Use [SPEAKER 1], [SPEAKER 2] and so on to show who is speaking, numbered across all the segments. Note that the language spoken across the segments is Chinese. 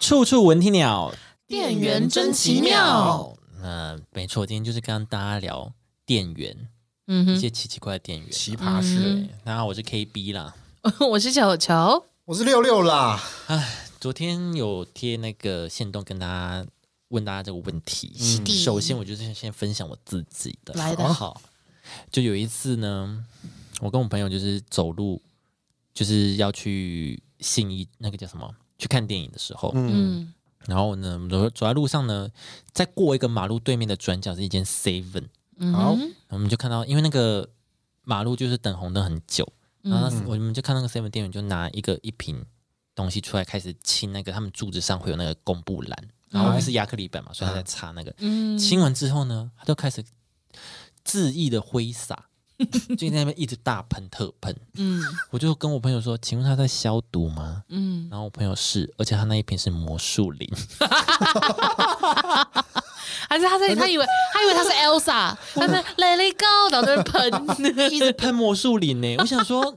[SPEAKER 1] 处处闻啼鸟，
[SPEAKER 2] 店员真奇妙。
[SPEAKER 1] 呃，没错，今天就是跟大家聊店员，
[SPEAKER 2] 嗯
[SPEAKER 1] 一些奇奇怪的店员。
[SPEAKER 3] 奇葩事。欸
[SPEAKER 1] 对，那我是 KB 啦。
[SPEAKER 2] 哼，我是小乔，
[SPEAKER 3] 我是六六啦，
[SPEAKER 1] 昨天有贴那个线动跟大家问大家这个问题。
[SPEAKER 2] 的
[SPEAKER 1] 首先，我就是先分享我自己的。
[SPEAKER 2] 来的
[SPEAKER 1] 好好，就有一次呢，我跟我朋友就是走路，就是要去信义那个叫什么，去看电影的时候，
[SPEAKER 3] 嗯，
[SPEAKER 2] 嗯，
[SPEAKER 1] 然后呢，我们走走在路上呢，再过一个马路对面的转角是一间 Seven，
[SPEAKER 2] 嗯
[SPEAKER 3] 好
[SPEAKER 2] 哼
[SPEAKER 1] 我们就看到，因为那个马路就是等红灯很久，然后那时我们就看那个 Seven 店员就拿一个一瓶东西出来，开始清那个他们柱子上会有那个公布栏，然后因为是亚克力板嘛，所以他在擦那个。
[SPEAKER 2] 嗯
[SPEAKER 1] 清完之后呢，他就开始恣意的挥洒，就在那边一直大喷特喷。
[SPEAKER 2] 嗯
[SPEAKER 1] 我就跟我朋友说：“请问他在消毒吗？”
[SPEAKER 2] 嗯，
[SPEAKER 1] 然后我朋友是，而且他那一瓶是魔术林，
[SPEAKER 2] 还是他在他以为他以为他是 Elsa，他在 Let It Go，然后在那边 喷，
[SPEAKER 1] 一直喷魔术林呢、我想说，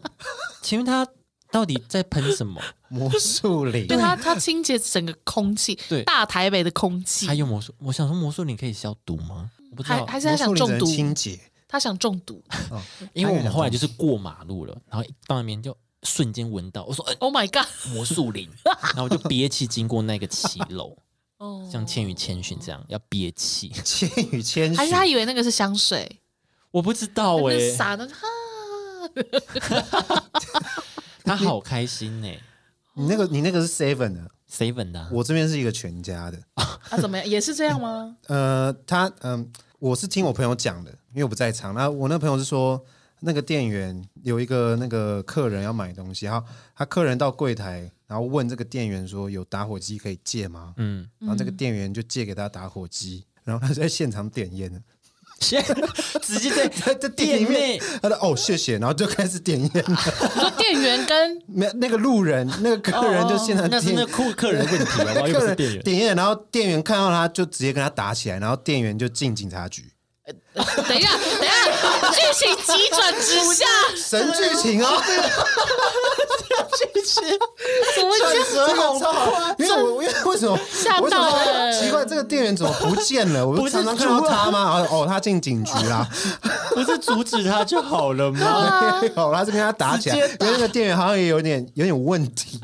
[SPEAKER 1] 请问他到底在喷什么？
[SPEAKER 3] 魔术林
[SPEAKER 2] 对他他清洁整个空气，
[SPEAKER 1] 对
[SPEAKER 2] 大台北的空气
[SPEAKER 1] 还，有魔术，我想说魔术林可以消毒吗？我不知
[SPEAKER 2] 还
[SPEAKER 1] 道，
[SPEAKER 2] 还是他想
[SPEAKER 3] 魔术林
[SPEAKER 2] 中
[SPEAKER 3] 人
[SPEAKER 2] 毒，
[SPEAKER 3] 清洁，
[SPEAKER 2] 他想中毒
[SPEAKER 3] 哦
[SPEAKER 1] 因为我们后来就是过马路了，然后一到那边就瞬间闻到，我说、呃、
[SPEAKER 2] ，Oh my God，
[SPEAKER 1] 魔术 林，然后我就憋气经过那个骑楼，
[SPEAKER 2] 哦，
[SPEAKER 1] 像《千与千寻》这样要憋 气，
[SPEAKER 3] 千与千
[SPEAKER 2] 还是他
[SPEAKER 3] 寻，
[SPEAKER 2] 以为那个是香水，
[SPEAKER 1] 我不知道哎、
[SPEAKER 2] 那傻的哈，
[SPEAKER 1] 他好开心呢、欸、
[SPEAKER 3] 你那个你那个是 seven 的，
[SPEAKER 1] ，seven 的啊、
[SPEAKER 3] 我这边是一个全家的。
[SPEAKER 2] 啊怎么样，也是这样吗？
[SPEAKER 3] 呃，他嗯、我是听我朋友讲的，因为我不在场。那我那朋友是说，那个店员有一个那个客人要买东西，然后他客人到柜台，然后问这个店员说有打火机可以借吗？
[SPEAKER 1] 嗯，
[SPEAKER 3] 然后这个店员就借给他打火机，然后他就在现场点 烟了。
[SPEAKER 1] 现在直接在
[SPEAKER 3] 在在店里
[SPEAKER 1] 店
[SPEAKER 3] 面，
[SPEAKER 1] 内
[SPEAKER 3] 他说：“哦，谢谢。”然后就开始点烟了。
[SPEAKER 2] 你 说店员跟
[SPEAKER 3] 没有那个路人，那个客人就现场
[SPEAKER 1] 哦那是
[SPEAKER 3] 点
[SPEAKER 1] 那顾客人的问题 好 不好？又不
[SPEAKER 3] 客
[SPEAKER 1] 是
[SPEAKER 3] 人
[SPEAKER 1] 店员。
[SPEAKER 3] 点烟，然后店员看到他就直接跟他打起来，然后店员就进警察局。
[SPEAKER 2] 等一下，等一下，剧情急转直下，
[SPEAKER 3] 神剧情哦，
[SPEAKER 2] 怎么会这样？
[SPEAKER 3] 折好快！因为我因为为什么
[SPEAKER 2] 吓到
[SPEAKER 3] 我想说
[SPEAKER 2] 了
[SPEAKER 3] 奇怪，这个店员怎么不见了？我
[SPEAKER 1] 不
[SPEAKER 3] 就是常常看到
[SPEAKER 1] 猪啊
[SPEAKER 3] 他吗？哦，哦他进警局啦。
[SPEAKER 1] 不是阻止他就好了 吗？
[SPEAKER 3] 哦，他是跟他打起来，因
[SPEAKER 1] 直
[SPEAKER 3] 为那个店员好像也有点有点问题，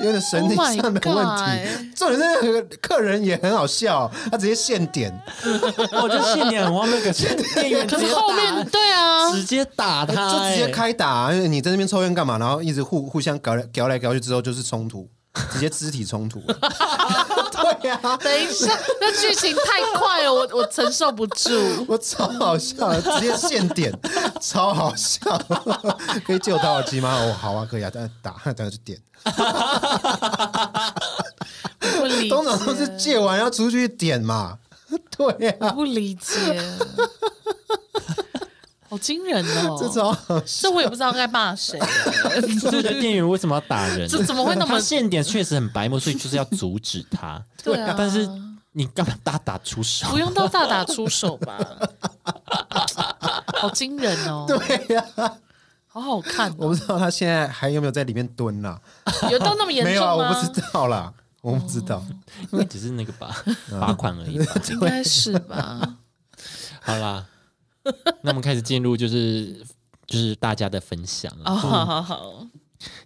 [SPEAKER 3] 有点神理上的问
[SPEAKER 2] Oh
[SPEAKER 3] 题
[SPEAKER 2] my。
[SPEAKER 3] 重点是那个客人也很好笑，他直接现点，
[SPEAKER 1] 我觉得现点很荒谬，可是店员直
[SPEAKER 2] 可
[SPEAKER 1] 接
[SPEAKER 2] 是后面
[SPEAKER 1] 打
[SPEAKER 2] 对啊，
[SPEAKER 1] 直接打他、
[SPEAKER 3] 就直接
[SPEAKER 1] 哎。
[SPEAKER 3] 开打。啊因为你在那边抽烟干嘛？然后一直互互相搞来搞来搞去，之后就是冲突，直接肢体冲突。 对啊呀、
[SPEAKER 2] 等一下，那剧情太快了，我 我承受不 住。
[SPEAKER 3] 我超好笑的，直接现点，超好笑。可以借我打火机吗？哦，好啊，可以啊，但打，但就点。
[SPEAKER 2] 不理
[SPEAKER 3] 通常都是
[SPEAKER 2] 解，
[SPEAKER 3] 借完要出去点嘛。 对啊呀、
[SPEAKER 2] 不理解， 好惊人哦！
[SPEAKER 3] 这超好
[SPEAKER 2] 这我也不知道该骂谁，啊
[SPEAKER 1] 所以我觉得店员为什么要打人？
[SPEAKER 2] 这怎么会那么
[SPEAKER 1] 他现点确实很白目，所以就是要阻止他。
[SPEAKER 2] 对啊
[SPEAKER 1] 但是你干嘛大打出手？
[SPEAKER 2] 不用到大打出手吧？ 好惊人哦！
[SPEAKER 3] 对呀、
[SPEAKER 2] 好好看哦、
[SPEAKER 3] 我不知道他现在还有没有在里面蹲啦、
[SPEAKER 2] 有到那么严
[SPEAKER 3] 没
[SPEAKER 2] 重
[SPEAKER 3] 有
[SPEAKER 2] 吗？
[SPEAKER 3] 啊，
[SPEAKER 2] 哦
[SPEAKER 3] 我不知道啦，我不知道。
[SPEAKER 1] 因为只是那个吧， 罚款而已 吧。
[SPEAKER 2] 应该是
[SPEAKER 3] 嗯
[SPEAKER 2] 吧？
[SPEAKER 1] 好啦，那我们开始进入就是就是大家的分享了。
[SPEAKER 2] 哦，好好好，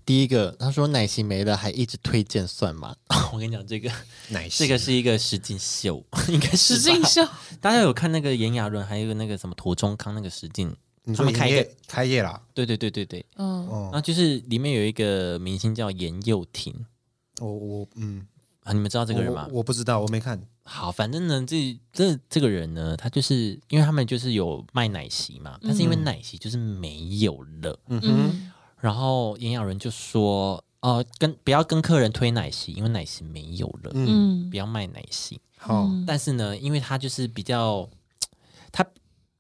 [SPEAKER 1] 第一个，他说奶昔没了还一直推荐算吗？ 我跟你讲，这个
[SPEAKER 3] 奶昔
[SPEAKER 1] 这个是一个实境秀， 应该是
[SPEAKER 2] 使
[SPEAKER 1] 吧
[SPEAKER 2] 劲笑，
[SPEAKER 1] 大家有看那个炎亚纶，还有那个什么陀中康那个实境，
[SPEAKER 3] 你
[SPEAKER 1] 他
[SPEAKER 3] 说
[SPEAKER 1] 们开一
[SPEAKER 3] 开
[SPEAKER 1] 个
[SPEAKER 3] 业开业啦？
[SPEAKER 1] 对对对对对，
[SPEAKER 2] 嗯，
[SPEAKER 1] 然
[SPEAKER 3] 哦，
[SPEAKER 1] 后就是里面有一个明星叫严幼婷
[SPEAKER 3] 我我嗯，
[SPEAKER 1] 啊，你们知道这个人吗
[SPEAKER 3] 我？我不知道，我没看。
[SPEAKER 1] 好，反正呢，这这这个人呢，他就是因为他们就是有卖奶昔嘛，但是因为奶昔就是没有了，
[SPEAKER 3] 嗯哼，
[SPEAKER 1] 然后炎亚纶就说哦、跟不要跟客人推奶昔，因为奶昔没有了，
[SPEAKER 3] 嗯，
[SPEAKER 2] 嗯
[SPEAKER 1] 不要卖奶昔。
[SPEAKER 3] 好，
[SPEAKER 1] 但是呢，因为他就是比较，他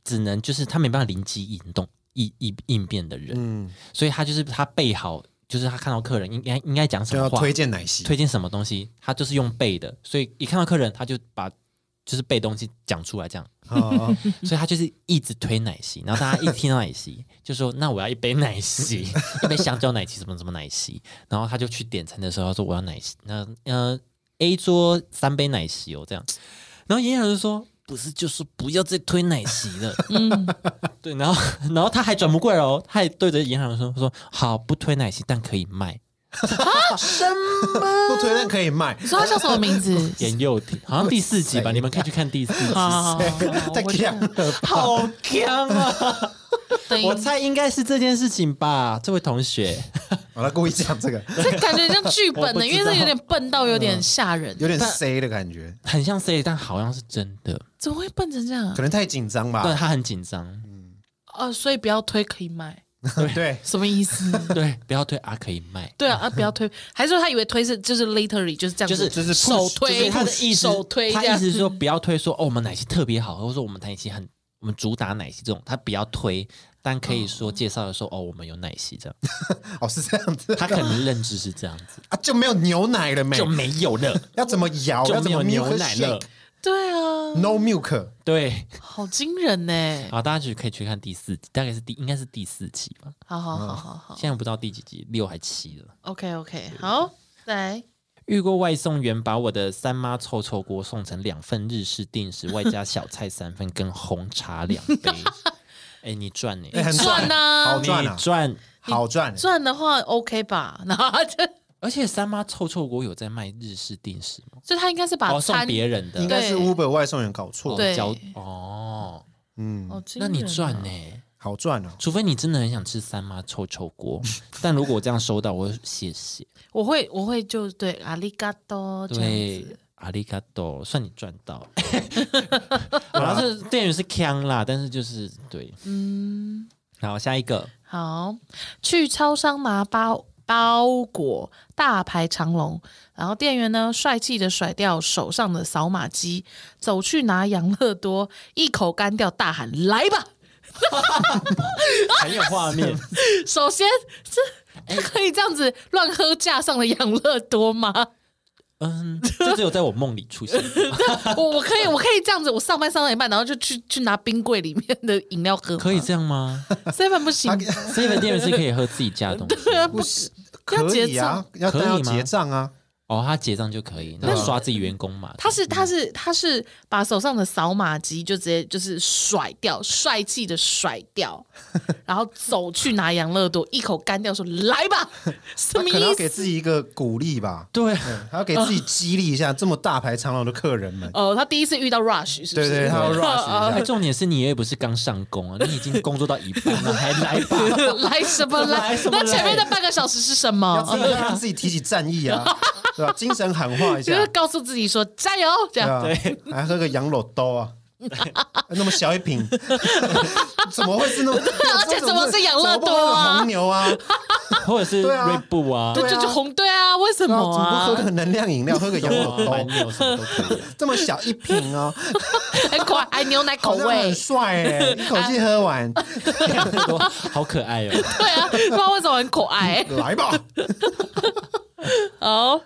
[SPEAKER 1] 只能就是他没办法灵机应动、应应应变的人，
[SPEAKER 3] 嗯
[SPEAKER 1] 所以他就是他备好就是他看到客人应该应该讲什
[SPEAKER 3] 就
[SPEAKER 1] 么
[SPEAKER 3] 要
[SPEAKER 1] 话，
[SPEAKER 3] 推荐奶昔，
[SPEAKER 1] 推荐什么东西，他就是用背的，所以一看到客人，他就把就是背东西讲出来，这样，
[SPEAKER 3] 哦
[SPEAKER 1] 所以他就是一直推奶昔，然后大家一听到奶昔，就说那我要一杯奶昔，一杯香蕉奶昔，什么什么奶昔，然后他就去点餐的时候，他说我要奶昔，那呃 A 桌三杯奶昔哦，这样，然后炎亚纶就说。不是，就是不要再推奶昔了。
[SPEAKER 2] 嗯，
[SPEAKER 1] 对，然后，然后他还转不过来哦，他还对着银行说：“说好，不推奶昔，但可以卖。
[SPEAKER 3] 不推荐可以卖，
[SPEAKER 2] 你说他叫什么名字？”
[SPEAKER 1] 严幼婷 好像第四集吧，
[SPEAKER 3] 谁
[SPEAKER 1] 你们可以去看第四集。
[SPEAKER 2] 好好好好 好
[SPEAKER 3] 太
[SPEAKER 2] 我
[SPEAKER 3] 强了。
[SPEAKER 1] 好强啊！
[SPEAKER 2] 等一
[SPEAKER 1] 我猜应该是这件事情吧，这位同学。
[SPEAKER 3] 好了，故意讲这个，
[SPEAKER 2] 这感觉像剧本
[SPEAKER 1] 我不
[SPEAKER 2] 呢，
[SPEAKER 1] 知道嗯
[SPEAKER 2] 因为这有点笨到有点吓人，
[SPEAKER 3] 有点 C 的感觉，
[SPEAKER 1] 很像 C，但好像是真的。
[SPEAKER 2] 怎么会笨成这样啊
[SPEAKER 3] 可？能太紧张吧
[SPEAKER 1] 嗯对。他很紧张，
[SPEAKER 2] 哦，所以不要推可以卖，
[SPEAKER 3] 对，
[SPEAKER 2] 什么意 思？
[SPEAKER 1] 对，不要推啊，可以卖。
[SPEAKER 2] 对啊，啊不要推，还是说他以为推是就是 literally 就是这样
[SPEAKER 1] 就
[SPEAKER 2] 子，
[SPEAKER 1] 是
[SPEAKER 3] 就是 push，
[SPEAKER 2] 手
[SPEAKER 1] 就是
[SPEAKER 2] 推
[SPEAKER 1] 他的意思，
[SPEAKER 2] 手推
[SPEAKER 1] 他
[SPEAKER 2] 这
[SPEAKER 1] 意
[SPEAKER 2] 样
[SPEAKER 1] 思是说不要推说哦，我们奶昔特别好，或者说我们奶昔很，我们主打奶昔这种，他不要推，但可以说介绍的说哦，我们有奶昔这样，
[SPEAKER 3] 哦是这样子
[SPEAKER 1] 他可能认知是这样子，
[SPEAKER 3] 啊，就没有牛奶 了没
[SPEAKER 1] 就？没有了，
[SPEAKER 3] 要怎么摇？
[SPEAKER 1] 就
[SPEAKER 3] 要
[SPEAKER 1] 没
[SPEAKER 3] 怎
[SPEAKER 1] 有
[SPEAKER 3] 么
[SPEAKER 1] 牛奶了。
[SPEAKER 2] 对啊，
[SPEAKER 3] No milk，哎
[SPEAKER 1] 对，
[SPEAKER 2] 好惊人呢！
[SPEAKER 1] 好，大家去可以去看第四集，大概是第应该是第四集吧，
[SPEAKER 2] 好好好好好
[SPEAKER 1] 现在不知道第几集，六还七了。
[SPEAKER 2] ，OK OK，好，再来，
[SPEAKER 1] 遇过外送员把我的三妈臭臭锅送成两份日式定时，外加小菜三份跟红茶两杯。 哎、你赚呢、
[SPEAKER 3] 哎很
[SPEAKER 2] 赚呐
[SPEAKER 3] 好赚
[SPEAKER 1] 你
[SPEAKER 3] 啊，
[SPEAKER 1] 赚！
[SPEAKER 3] 好赚。
[SPEAKER 2] 赚的话 OK 吧？ 然后就
[SPEAKER 1] 而且三妈臭臭锅有在卖日式定时吗？
[SPEAKER 2] 所以他应该是把
[SPEAKER 1] 哦，送
[SPEAKER 2] 啊餐
[SPEAKER 1] 别人的
[SPEAKER 3] 应该是
[SPEAKER 2] 对
[SPEAKER 3] Uber 外送员搞错，
[SPEAKER 2] 对
[SPEAKER 1] 交哦，
[SPEAKER 3] 嗯，
[SPEAKER 2] 哦，惊
[SPEAKER 1] 那你
[SPEAKER 2] 人
[SPEAKER 1] 赚
[SPEAKER 2] 啊
[SPEAKER 1] 呢、
[SPEAKER 3] 好赚哦。
[SPEAKER 1] 除非你真的很想吃三妈臭臭锅，但如果我这样收到，我会谢谢。
[SPEAKER 2] 我会我会就对阿里嘎多这样
[SPEAKER 1] 对
[SPEAKER 2] 子，，
[SPEAKER 1] 阿里嘎多，算你赚到。我要是店员是坑啦，但是就是对，嗯。好，下一个，
[SPEAKER 2] 好，去超商拿包包裹，大排长龙，然后店员呢帅气的甩掉手上的扫码机，走去拿养乐多，一口干掉，大喊来吧！
[SPEAKER 1] 很有画面。
[SPEAKER 2] 首先，
[SPEAKER 1] 哎
[SPEAKER 2] 这这可以这样子乱喝架上的养乐多吗？
[SPEAKER 1] 嗯，这只有在我梦里出现。
[SPEAKER 2] 我我可以我可以这样子，我上班上到一半，然后就去去拿冰柜里面的饮料喝吗，
[SPEAKER 1] 可以这样吗
[SPEAKER 2] seven 不行 啊
[SPEAKER 3] 他，
[SPEAKER 1] 所以的店员是可以喝自己家的东西
[SPEAKER 3] 不是
[SPEAKER 2] 要
[SPEAKER 3] 可
[SPEAKER 2] 结
[SPEAKER 3] 以啊，要
[SPEAKER 1] 可以
[SPEAKER 3] 但要
[SPEAKER 1] 吗
[SPEAKER 3] 结账啊，
[SPEAKER 1] 哦，他结账就可以，然
[SPEAKER 2] 那
[SPEAKER 1] 后
[SPEAKER 2] 你
[SPEAKER 1] 刷自己员工嘛。
[SPEAKER 3] 嗯
[SPEAKER 2] 他是他是他是把手上的扫码机就直接就是甩掉，帅气的甩 掉，然后走去拿养乐多，一口干掉说来 吧，什
[SPEAKER 3] 他
[SPEAKER 2] 么
[SPEAKER 3] 可能要
[SPEAKER 2] 意
[SPEAKER 3] 给
[SPEAKER 2] 思？
[SPEAKER 3] 自己一个鼓励吧，
[SPEAKER 1] 对啊，
[SPEAKER 3] 还要给自己激励一
[SPEAKER 2] 啊
[SPEAKER 3] 下这么大排长龙的客人们。
[SPEAKER 2] 哦，他第一次遇到 rush 是不
[SPEAKER 3] 对
[SPEAKER 2] 是？呃
[SPEAKER 3] 对，他 要 rush
[SPEAKER 1] 哎，
[SPEAKER 3] 一下，
[SPEAKER 1] 重点是你也不是刚上工啊，你已经工作到一半了，还来吧？
[SPEAKER 2] 呃 来什么来？
[SPEAKER 1] 来什么
[SPEAKER 2] 那前面
[SPEAKER 1] 来
[SPEAKER 2] 的半个小时是什
[SPEAKER 3] 要自
[SPEAKER 2] 么？
[SPEAKER 3] 己让自己提起战 意啊，对吧？精神喊话
[SPEAKER 2] 啊
[SPEAKER 3] 一
[SPEAKER 2] 就
[SPEAKER 3] 下
[SPEAKER 2] 是，告诉自己说加油，这
[SPEAKER 3] 对
[SPEAKER 2] 样
[SPEAKER 3] 啊，还喝个杨柳 兜啊，那么小一瓶，怎么会是那 么？
[SPEAKER 2] 而且怎么是养乐多啊
[SPEAKER 3] 怎么不喝个红牛啊？
[SPEAKER 1] 或者是
[SPEAKER 3] 对啊
[SPEAKER 1] Red Bull 啊，
[SPEAKER 2] 就
[SPEAKER 3] 对啊
[SPEAKER 2] 就就红队啊？为什
[SPEAKER 3] 对
[SPEAKER 2] 么
[SPEAKER 3] 啊，怎么不喝
[SPEAKER 2] 啊？
[SPEAKER 3] 个能量饮料，喝个杨柳
[SPEAKER 1] 哦蛮
[SPEAKER 3] 兜？
[SPEAKER 1] 牛什么都可以。
[SPEAKER 3] 这么小一瓶哦，
[SPEAKER 2] 很可爱，牛奶口
[SPEAKER 3] 好像很
[SPEAKER 2] 味。
[SPEAKER 3] 帅哎，一口气喝完，
[SPEAKER 1] 多好可爱哦！
[SPEAKER 2] 对啊，不知道为什么很可爱。
[SPEAKER 3] 来吧，
[SPEAKER 2] 好，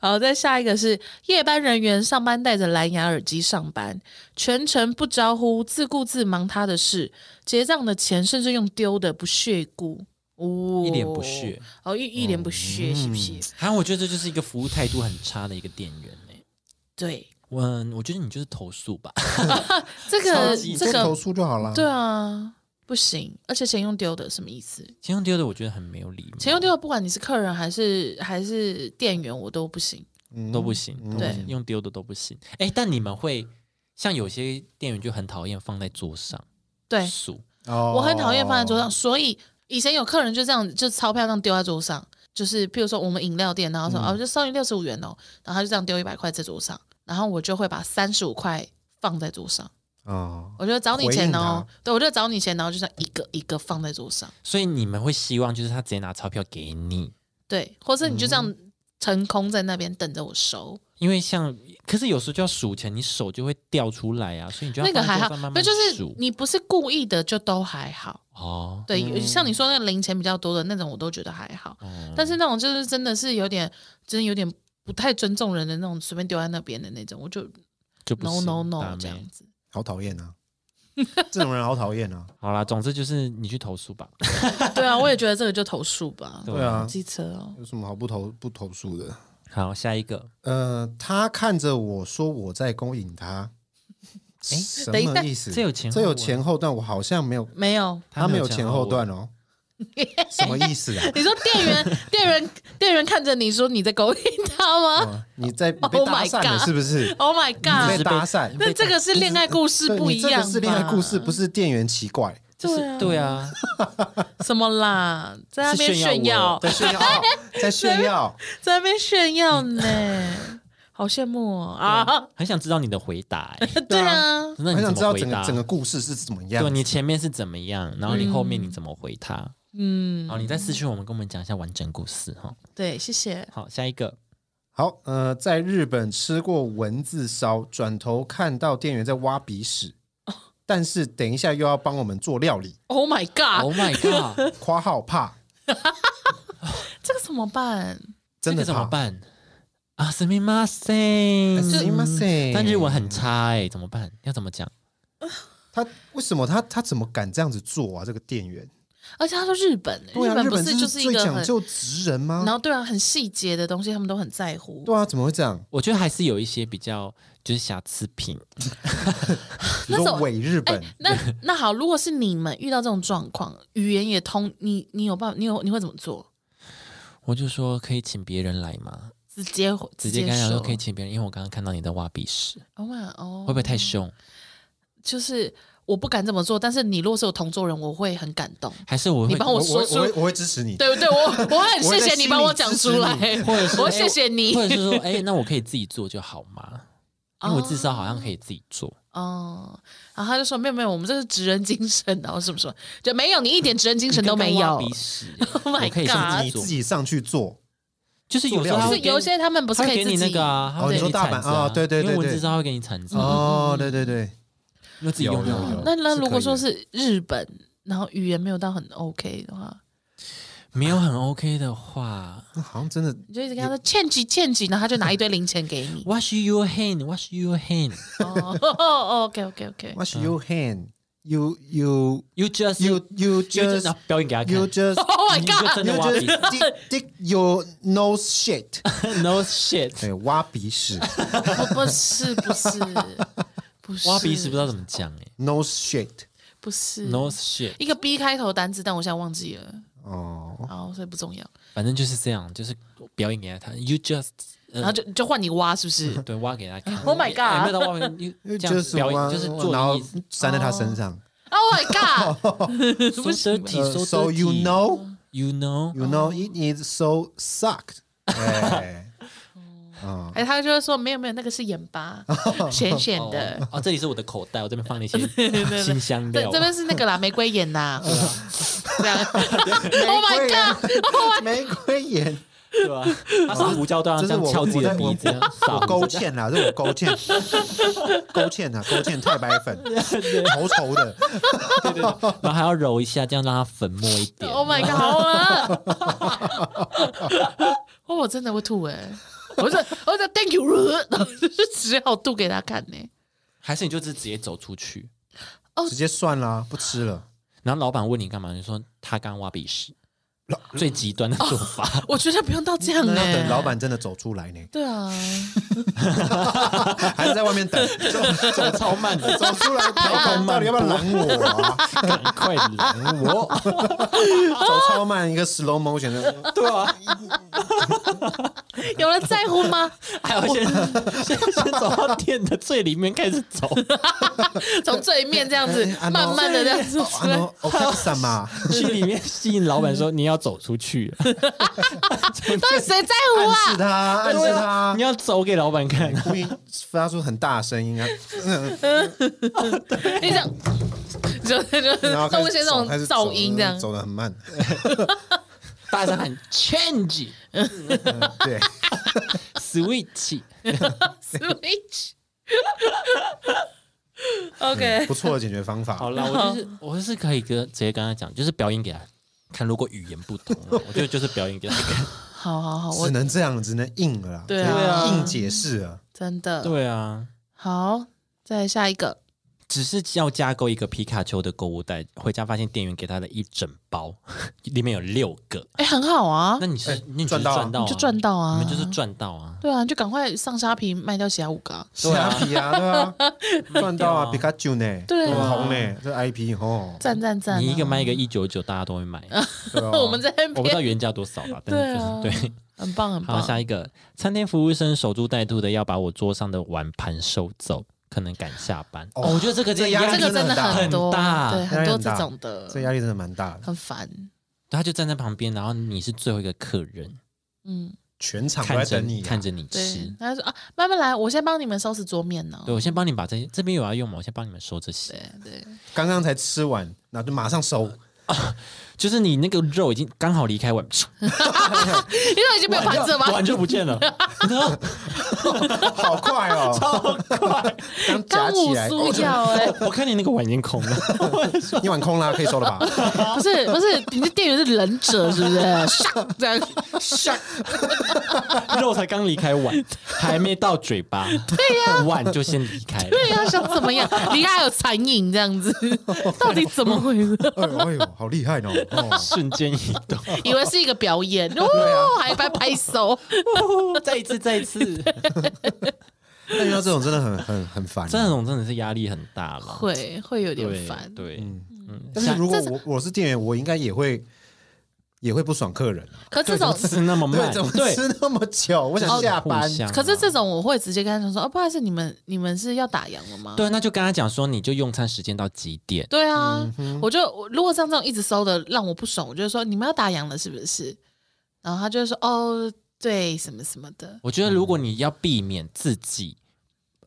[SPEAKER 2] 好，再下一个是夜班人员上班戴着蓝牙耳机上班，全程不招呼，自顾自忙他的事，结账的钱甚至用丢的，不屑一顾。哦，
[SPEAKER 1] 一脸不屑，
[SPEAKER 2] 哦，一一脸不屑，是不是？
[SPEAKER 1] 啊，我觉得这就是一个服务态度很差的一个店员欸呢、
[SPEAKER 2] 对，
[SPEAKER 1] 我我觉得你就是投诉吧，
[SPEAKER 2] 这
[SPEAKER 1] 超
[SPEAKER 2] 个
[SPEAKER 1] 级
[SPEAKER 2] 这
[SPEAKER 3] 就投
[SPEAKER 2] 个，
[SPEAKER 3] 诉就好了。
[SPEAKER 2] 对啊，不行，而且钱用丢的什么意思？
[SPEAKER 1] 钱用丢的我觉得很没有礼貌，
[SPEAKER 2] 钱用丢的，不管你是客人还是还是店员，我都不行。
[SPEAKER 3] 嗯
[SPEAKER 1] 都不行，都不
[SPEAKER 2] 对
[SPEAKER 1] 行用丢的都不行。哎、但你们会像有些店员就很讨厌放在桌上
[SPEAKER 2] 对，
[SPEAKER 1] 数，
[SPEAKER 3] 哦
[SPEAKER 2] 我很讨厌放在桌上，所以以前有客人就这样，就钞票这样丢在桌上，就是譬如说我们饮料店，然
[SPEAKER 1] 嗯
[SPEAKER 2] 后说、哦，就收你六十五元哦，然后他就这样丢一百块在桌上，然后我就会把三十五块放在桌上，
[SPEAKER 3] 哦，
[SPEAKER 2] 我就找你
[SPEAKER 3] 回
[SPEAKER 2] 钱
[SPEAKER 3] 应
[SPEAKER 2] 哦
[SPEAKER 3] 他，
[SPEAKER 2] 对，我就找你钱，然后就这样一个一个放在桌上，
[SPEAKER 1] 所以你们会希望就是他直接拿钞票给你，
[SPEAKER 2] 对，或是你就这样腾空在那边等着我收，
[SPEAKER 1] 因为像，可是有时候就要数钱，你手就会掉出来啊，所以你就要
[SPEAKER 2] 那个还好
[SPEAKER 1] 放在桌上慢，
[SPEAKER 2] 那
[SPEAKER 1] 慢
[SPEAKER 2] 就是
[SPEAKER 1] 数
[SPEAKER 2] 你不是故意的，就都还好。
[SPEAKER 1] 哦，
[SPEAKER 2] 对，像你说那个零钱比较多的那种，我都觉得还好。
[SPEAKER 1] 哦
[SPEAKER 2] 但是那种就是真的是有点，真的有点不太尊重人的那种，随便丢在那边的那种，我就
[SPEAKER 1] 就不
[SPEAKER 2] no
[SPEAKER 1] 行
[SPEAKER 2] no no
[SPEAKER 1] 打
[SPEAKER 2] 这
[SPEAKER 1] 妹
[SPEAKER 2] 样子。
[SPEAKER 3] 好讨厌啊！这种人好讨厌啊！
[SPEAKER 1] 好啦，总之就是你去投诉吧。
[SPEAKER 2] 对啊，我也觉得这个就投诉吧，
[SPEAKER 1] 对
[SPEAKER 3] 对啊，
[SPEAKER 2] 机车哦，
[SPEAKER 3] 有什么好不投不投诉的？
[SPEAKER 1] 好，下一个，
[SPEAKER 3] 呃，他看着我说我在勾 引他，什
[SPEAKER 2] 等一下
[SPEAKER 3] 么意思？
[SPEAKER 1] 这有前
[SPEAKER 3] 这有
[SPEAKER 1] 后文
[SPEAKER 3] 前后段，我好像没有，
[SPEAKER 2] 没有。
[SPEAKER 1] 他
[SPEAKER 3] 他
[SPEAKER 1] 没
[SPEAKER 3] 没
[SPEAKER 1] 有
[SPEAKER 3] 有
[SPEAKER 1] 前
[SPEAKER 3] 前
[SPEAKER 1] 后
[SPEAKER 3] 后
[SPEAKER 1] 文
[SPEAKER 3] 段哦， 什么意思啊？
[SPEAKER 2] 你说店员，店员，店员看着你说你在勾引他吗
[SPEAKER 3] 哇哦你在你被
[SPEAKER 2] Oh
[SPEAKER 3] 搭
[SPEAKER 2] my
[SPEAKER 3] 讪了
[SPEAKER 2] God
[SPEAKER 3] 是 不是？
[SPEAKER 2] ？Oh my
[SPEAKER 3] 嗯
[SPEAKER 1] 啊
[SPEAKER 3] 你
[SPEAKER 2] god！
[SPEAKER 3] 被搭讪，
[SPEAKER 2] 那这个是恋爱故事
[SPEAKER 3] 对
[SPEAKER 2] 不一
[SPEAKER 3] 你这
[SPEAKER 2] 样
[SPEAKER 3] 个
[SPEAKER 2] 吧，
[SPEAKER 3] 是恋爱故事，不是店员奇怪，
[SPEAKER 1] 就是对啊，
[SPEAKER 2] 什么啦，在那边
[SPEAKER 1] 是炫
[SPEAKER 2] 炫
[SPEAKER 1] 耀
[SPEAKER 2] 耀
[SPEAKER 1] 我，
[SPEAKER 3] 在炫耀，哦在炫耀。
[SPEAKER 2] 在那边炫耀呢，好羡慕哦啊！
[SPEAKER 1] 很想知道你的回 答、欸。
[SPEAKER 2] 对啊，
[SPEAKER 1] 那
[SPEAKER 3] 很
[SPEAKER 1] 你
[SPEAKER 3] 想
[SPEAKER 1] 怎
[SPEAKER 3] 知
[SPEAKER 1] 么
[SPEAKER 3] 道
[SPEAKER 1] 回
[SPEAKER 3] 整个
[SPEAKER 1] 答？
[SPEAKER 3] 整个故事是怎么样
[SPEAKER 1] 对。你前面是怎么样，然后你后面你怎么回他？
[SPEAKER 2] 嗯，
[SPEAKER 1] 好，你在私讯我们跟我们讲一下完整故事哈。
[SPEAKER 2] 对，谢谢。
[SPEAKER 1] 好，下一个，
[SPEAKER 3] 好，呃，在日本吃过蚊子烧，转头看到店员在挖鼻屎，但是等一下又要帮我们做料理，
[SPEAKER 2] Oh my god！
[SPEAKER 1] Oh my god，
[SPEAKER 3] 夸号怕，
[SPEAKER 2] 这个怎么办？
[SPEAKER 3] 真
[SPEAKER 1] 这
[SPEAKER 3] 的
[SPEAKER 1] 个怎么
[SPEAKER 3] 怕？
[SPEAKER 1] 办啊？すみません，
[SPEAKER 3] すみません
[SPEAKER 1] 但日文很差哎、怎么办？要怎么讲？
[SPEAKER 3] 他为什么他他怎么敢这样子做啊？这个店员，
[SPEAKER 2] 而且他说日本欸，
[SPEAKER 3] 对啊，
[SPEAKER 2] 本
[SPEAKER 3] 日
[SPEAKER 2] 不
[SPEAKER 3] 本
[SPEAKER 2] 是
[SPEAKER 3] 就
[SPEAKER 2] 就是一
[SPEAKER 3] 最
[SPEAKER 2] 个
[SPEAKER 3] 讲
[SPEAKER 2] 很，
[SPEAKER 3] 究职人吗
[SPEAKER 2] 然？后对啊，很细节的东西他们都很在乎。
[SPEAKER 3] 对啊，怎么会这样？
[SPEAKER 1] 我觉得还是有一些比较就是瑕疵品，
[SPEAKER 3] 你
[SPEAKER 2] 那
[SPEAKER 3] 说
[SPEAKER 2] 种
[SPEAKER 3] 伪日本，
[SPEAKER 2] 哎那那好，如果是你们遇到这种状况，语言也通，你你有办法，你有你会怎么做？
[SPEAKER 1] 我就说可以请别人来吗？
[SPEAKER 2] 直接
[SPEAKER 1] 直接跟他讲说
[SPEAKER 2] 说
[SPEAKER 1] 可以请别人，因为我刚刚看到你在挖鼻屎，
[SPEAKER 2] Oh my 哦，
[SPEAKER 1] 会不会太凶？
[SPEAKER 2] 就是我不敢这么做，但是你若是有同桌人，我会很感动，
[SPEAKER 1] 还是我会
[SPEAKER 2] 你帮
[SPEAKER 3] 我
[SPEAKER 2] 我说
[SPEAKER 3] 我
[SPEAKER 2] 出
[SPEAKER 3] 我会我会支持你。
[SPEAKER 2] 对不对？我我很
[SPEAKER 3] 我会
[SPEAKER 2] 谢
[SPEAKER 3] 在
[SPEAKER 2] 谢
[SPEAKER 3] 心
[SPEAKER 2] 你
[SPEAKER 3] 里
[SPEAKER 2] 帮我讲
[SPEAKER 3] 支持
[SPEAKER 2] 出来
[SPEAKER 3] 你，
[SPEAKER 1] 或者是
[SPEAKER 2] 我
[SPEAKER 1] 哎
[SPEAKER 2] 谢谢你
[SPEAKER 1] 或者是说，哎、那我可以自己做就好 吗？因为我至少好像可以自己做。
[SPEAKER 2] 哦。然后他就说没有没有，我们这是职人精神，然后什么什么，就没有你一点职人精神都没
[SPEAKER 1] 跟
[SPEAKER 2] 有
[SPEAKER 1] 挖。鼻屎
[SPEAKER 2] Oh my
[SPEAKER 1] 我可以上
[SPEAKER 2] God
[SPEAKER 1] 己
[SPEAKER 3] 你
[SPEAKER 1] 做
[SPEAKER 3] 自，己上去做，
[SPEAKER 1] 就是有时候
[SPEAKER 3] 做
[SPEAKER 1] 他
[SPEAKER 2] 就
[SPEAKER 3] 料
[SPEAKER 1] 会
[SPEAKER 2] 是
[SPEAKER 1] 给你
[SPEAKER 2] 有一些他们不是
[SPEAKER 1] 他
[SPEAKER 2] 可
[SPEAKER 1] 会
[SPEAKER 2] 以
[SPEAKER 1] 给
[SPEAKER 2] 自己
[SPEAKER 1] 你那个啊，他会
[SPEAKER 2] 哦你
[SPEAKER 1] 给
[SPEAKER 2] 说
[SPEAKER 1] 铲
[SPEAKER 3] 大
[SPEAKER 1] 子
[SPEAKER 3] 阪
[SPEAKER 1] 啊
[SPEAKER 3] 哦对对
[SPEAKER 1] 因
[SPEAKER 3] 对
[SPEAKER 1] 为蚊
[SPEAKER 3] 对
[SPEAKER 1] 子烧会给你铲子
[SPEAKER 2] 嗯
[SPEAKER 1] 啊，
[SPEAKER 3] 哦，对对对，
[SPEAKER 1] 你就自己用就好
[SPEAKER 3] 有有
[SPEAKER 1] 了
[SPEAKER 3] 有。
[SPEAKER 2] 那那
[SPEAKER 3] 是
[SPEAKER 2] 如
[SPEAKER 3] 可
[SPEAKER 2] 果
[SPEAKER 3] 以
[SPEAKER 2] 说
[SPEAKER 3] 的
[SPEAKER 2] 是日本，然后语言没有到很 OK 的话，
[SPEAKER 1] 没有很 OK 的话
[SPEAKER 3] 那好像真的
[SPEAKER 2] 你就一直跟他说欠几欠几，然后他就拿一堆零钱给你。
[SPEAKER 1] ，Wash your hand，Wash your hand，You
[SPEAKER 2] 哦哦，OK OK OK，
[SPEAKER 3] Wash your hand. You you
[SPEAKER 1] just
[SPEAKER 3] you you
[SPEAKER 1] you just
[SPEAKER 3] just
[SPEAKER 1] 然后表演给他看
[SPEAKER 3] you just
[SPEAKER 2] Oh my
[SPEAKER 1] 你就
[SPEAKER 2] god！
[SPEAKER 1] 真
[SPEAKER 3] you
[SPEAKER 1] 的挖鼻
[SPEAKER 3] just dig dig your nose shit.
[SPEAKER 1] 屎，No shit，
[SPEAKER 3] 对，挖鼻屎
[SPEAKER 2] 不不是不是不是
[SPEAKER 1] 挖鼻屎不知道怎么讲哎
[SPEAKER 3] ，nose shit.
[SPEAKER 2] 不是
[SPEAKER 1] ，No shit，
[SPEAKER 2] 一个 B 开头单字，但我现在忘记了，
[SPEAKER 3] 哦，
[SPEAKER 2] 哦，所以不重要。
[SPEAKER 1] 反正就是这样，就是表演给他看，You just 呃
[SPEAKER 2] 然后就就换你挖，是不 是？
[SPEAKER 1] 对挖给他看
[SPEAKER 2] Oh
[SPEAKER 1] 哎
[SPEAKER 2] my god
[SPEAKER 1] 没有到挖鼻屎，这样
[SPEAKER 3] just
[SPEAKER 1] 子表演
[SPEAKER 3] one-
[SPEAKER 1] 就是
[SPEAKER 3] 然后
[SPEAKER 1] 做
[SPEAKER 3] 粘在他身上。
[SPEAKER 2] Oh my god！
[SPEAKER 1] 不是 dirty
[SPEAKER 3] 呃
[SPEAKER 1] so
[SPEAKER 3] So you
[SPEAKER 1] dirty
[SPEAKER 3] know
[SPEAKER 1] you know
[SPEAKER 3] you know it is so sucked. 哎，
[SPEAKER 2] 哎，他就会说没有没有，那个是盐巴，咸咸的。
[SPEAKER 1] 哦，这里是我的口袋，我这边放了一些新香
[SPEAKER 2] 对
[SPEAKER 1] 料，。
[SPEAKER 2] 这边是那个啦，玫瑰盐呐。这样，Oh my god！
[SPEAKER 3] 玫瑰盐，
[SPEAKER 1] 对吧？他撒胡椒都要
[SPEAKER 3] 这
[SPEAKER 1] 这
[SPEAKER 3] 是
[SPEAKER 1] 样
[SPEAKER 3] 我
[SPEAKER 1] 敲自己的
[SPEAKER 3] 我
[SPEAKER 1] 鼻子，
[SPEAKER 3] 在
[SPEAKER 1] 这样撒
[SPEAKER 3] 我勾
[SPEAKER 1] 胡椒。
[SPEAKER 3] 芡啊啦，这我勾芡，勾芡 啊，勾芡太白 粉，稠稠的。
[SPEAKER 1] 然后还要揉一下，这样让它粉末一点。
[SPEAKER 2] Oh my god！好恶哦，我真的会吐哎、我说，我说 Thank you，然后就是只好吐给他看呢、
[SPEAKER 1] 还是你就是直接走出去，
[SPEAKER 3] 直接算啦，不吃了。
[SPEAKER 1] 然后老板问你干嘛，你就说他刚挖鼻屎， 最极端的做 法。
[SPEAKER 2] 我觉得不用到这样
[SPEAKER 3] 那
[SPEAKER 2] 哎、
[SPEAKER 3] 要等老。板真的走出来呢，
[SPEAKER 2] 对啊，
[SPEAKER 3] 还是在外面 等？走走
[SPEAKER 1] 超慢的，
[SPEAKER 3] 走出来，老板哎到底要不要拦我啊？
[SPEAKER 1] 赶快 来！
[SPEAKER 3] 拦哎我， 走超慢，一个 slow motion 的，
[SPEAKER 1] 对啊，
[SPEAKER 2] 有人在乎吗？
[SPEAKER 1] 啊还有先 先先走到店的最里面开始走，
[SPEAKER 2] 从对面这样子，
[SPEAKER 3] 啊
[SPEAKER 2] 慢慢的这样子出
[SPEAKER 3] 啊
[SPEAKER 2] 来。
[SPEAKER 3] no，我看什么？
[SPEAKER 1] 去里面吸引老板说你要走出去，
[SPEAKER 2] 到底谁在乎
[SPEAKER 3] 暗示
[SPEAKER 2] 啊？
[SPEAKER 3] 他，暗示他
[SPEAKER 1] 你，要走给老板看。
[SPEAKER 3] 故意发出很大的 声音啊，
[SPEAKER 2] 你想，就就
[SPEAKER 3] 然后开
[SPEAKER 2] 弄一些
[SPEAKER 3] 始
[SPEAKER 2] 那
[SPEAKER 3] 走
[SPEAKER 2] 种
[SPEAKER 3] 开始走
[SPEAKER 2] 噪
[SPEAKER 3] 嗯
[SPEAKER 2] 音这样。
[SPEAKER 3] 走的 很慢，
[SPEAKER 1] 大声喊 change
[SPEAKER 3] 嗯对，
[SPEAKER 1] switch，
[SPEAKER 2] Switch。OK，
[SPEAKER 3] 不错的解决方 法。
[SPEAKER 1] 好啦，我就是我是可以跟直接跟他讲，就是表演给他看。如果语言不通，我觉得就是表演给他看。
[SPEAKER 2] 好好好，我
[SPEAKER 3] 只能这样，只能硬了啦，
[SPEAKER 2] 对
[SPEAKER 1] 啊
[SPEAKER 3] 只能
[SPEAKER 2] 对啊
[SPEAKER 3] 硬解释了。
[SPEAKER 2] 真 的
[SPEAKER 1] 对啊，
[SPEAKER 2] 好，再下一个。
[SPEAKER 1] 只是要加购一个皮卡丘的购物袋，回家发现店员给他的一整包， 里面有六个。
[SPEAKER 2] 哎、很好啊
[SPEAKER 1] 那，你是、
[SPEAKER 3] 哎
[SPEAKER 1] 你只是
[SPEAKER 3] 赚到
[SPEAKER 1] 赚到、
[SPEAKER 3] 啊
[SPEAKER 1] 啊，
[SPEAKER 2] 就赚到啊，
[SPEAKER 1] 你们就是赚到啊！
[SPEAKER 2] 对啊，你就赶快上沙皮卖掉其他五个、啊，
[SPEAKER 1] 对啊
[SPEAKER 3] 虾皮啊，对啊，赚
[SPEAKER 1] 卖掉
[SPEAKER 3] 到啊，
[SPEAKER 1] 啊
[SPEAKER 3] 皮卡丘呢，
[SPEAKER 2] 对
[SPEAKER 3] 很
[SPEAKER 2] 啊
[SPEAKER 3] 红呢，这 IP 哦，
[SPEAKER 2] 赞赞赞啊！
[SPEAKER 1] 你一个卖一个一九九，大家都会 买。
[SPEAKER 3] 对啊
[SPEAKER 2] 我们在那
[SPEAKER 1] 我不知道
[SPEAKER 2] 边
[SPEAKER 1] 原价多少吧，但是
[SPEAKER 2] 对
[SPEAKER 1] 就是
[SPEAKER 2] 啊
[SPEAKER 1] 对。
[SPEAKER 2] 很棒很
[SPEAKER 1] 好，
[SPEAKER 2] 棒，
[SPEAKER 1] 下一个，餐厅服务生守株待兔的要把我桌上的碗盘收走，可能赶下班。
[SPEAKER 3] 哦
[SPEAKER 1] 哦，我觉得这个
[SPEAKER 3] 这
[SPEAKER 1] 这
[SPEAKER 3] 压
[SPEAKER 1] 压
[SPEAKER 3] 力
[SPEAKER 1] 力
[SPEAKER 2] 这个真的很多，
[SPEAKER 1] 很大
[SPEAKER 2] 对，
[SPEAKER 1] 压
[SPEAKER 3] 力
[SPEAKER 2] 很多
[SPEAKER 3] 很
[SPEAKER 2] 这
[SPEAKER 3] 大
[SPEAKER 2] 种的
[SPEAKER 3] 这压力真的蛮大的，
[SPEAKER 2] 很烦，
[SPEAKER 1] 他就站在旁边，然后你是最后一个客人，
[SPEAKER 2] 嗯，
[SPEAKER 3] 全场都
[SPEAKER 1] 看
[SPEAKER 3] 在
[SPEAKER 1] 着
[SPEAKER 3] 等你啊，
[SPEAKER 1] 看着你
[SPEAKER 2] 对
[SPEAKER 1] 吃。。
[SPEAKER 2] 他说啊，慢慢来，我先帮你们收拾桌面呢
[SPEAKER 1] 对，。我先帮你把这些，这边有要用吗？我先帮你们收这些。
[SPEAKER 2] 对对，
[SPEAKER 3] 刚刚才吃完，然后就马上收，
[SPEAKER 1] 就是你那个肉已经刚好离开 碗，
[SPEAKER 2] 因为已经没有盘子了吗？
[SPEAKER 1] 碗就不见 了。
[SPEAKER 3] 好快 哦，超快，刚夹
[SPEAKER 2] 刚
[SPEAKER 3] 起
[SPEAKER 2] 五
[SPEAKER 3] 来，哦
[SPEAKER 2] 苏要哎，
[SPEAKER 1] 我看你那个碗已经空了。
[SPEAKER 3] 你碗空啦，可以收了吧？
[SPEAKER 2] 不是不是，你这店员是忍者是不 是？唰这样，
[SPEAKER 1] 肉才刚离开 碗，还没到嘴巴，对呀、碗就先离开了。
[SPEAKER 2] 对呀，想怎么 样？里还有残影这 样子，到底怎么回 事？
[SPEAKER 3] 哎呦哎呦，好厉害 哦！哦
[SPEAKER 1] 瞬间移动，
[SPEAKER 2] 以为是一个表演哦，还拍拍手，
[SPEAKER 1] 再一次，再一次，
[SPEAKER 3] 那遇到这种真的很很很烦，啊
[SPEAKER 1] 这种真的是压力很大了，
[SPEAKER 2] 会会有点
[SPEAKER 1] 对
[SPEAKER 2] 烦。
[SPEAKER 1] 对，嗯，
[SPEAKER 3] 但是如果
[SPEAKER 2] 这
[SPEAKER 3] 我我是店员，我应该也会也会不爽客人啊，
[SPEAKER 2] 可这
[SPEAKER 1] 怎么
[SPEAKER 2] 种
[SPEAKER 1] 吃那么慢，
[SPEAKER 3] 对，怎么
[SPEAKER 1] 对，
[SPEAKER 3] 吃那么久？我想下班
[SPEAKER 1] 互，相啊
[SPEAKER 2] 可是这种我会直接跟他讲说，哦，不好意思，你们你们是要打烊了吗？
[SPEAKER 1] 对，那就跟他讲说，你就用餐时间到几点？
[SPEAKER 2] 对啊，我就我如果像这种一直搜的让我不爽，我就说你们要打烊了是不是？然后他就会说哦，对，什么什么的，
[SPEAKER 1] 我觉得如果你要避免自己。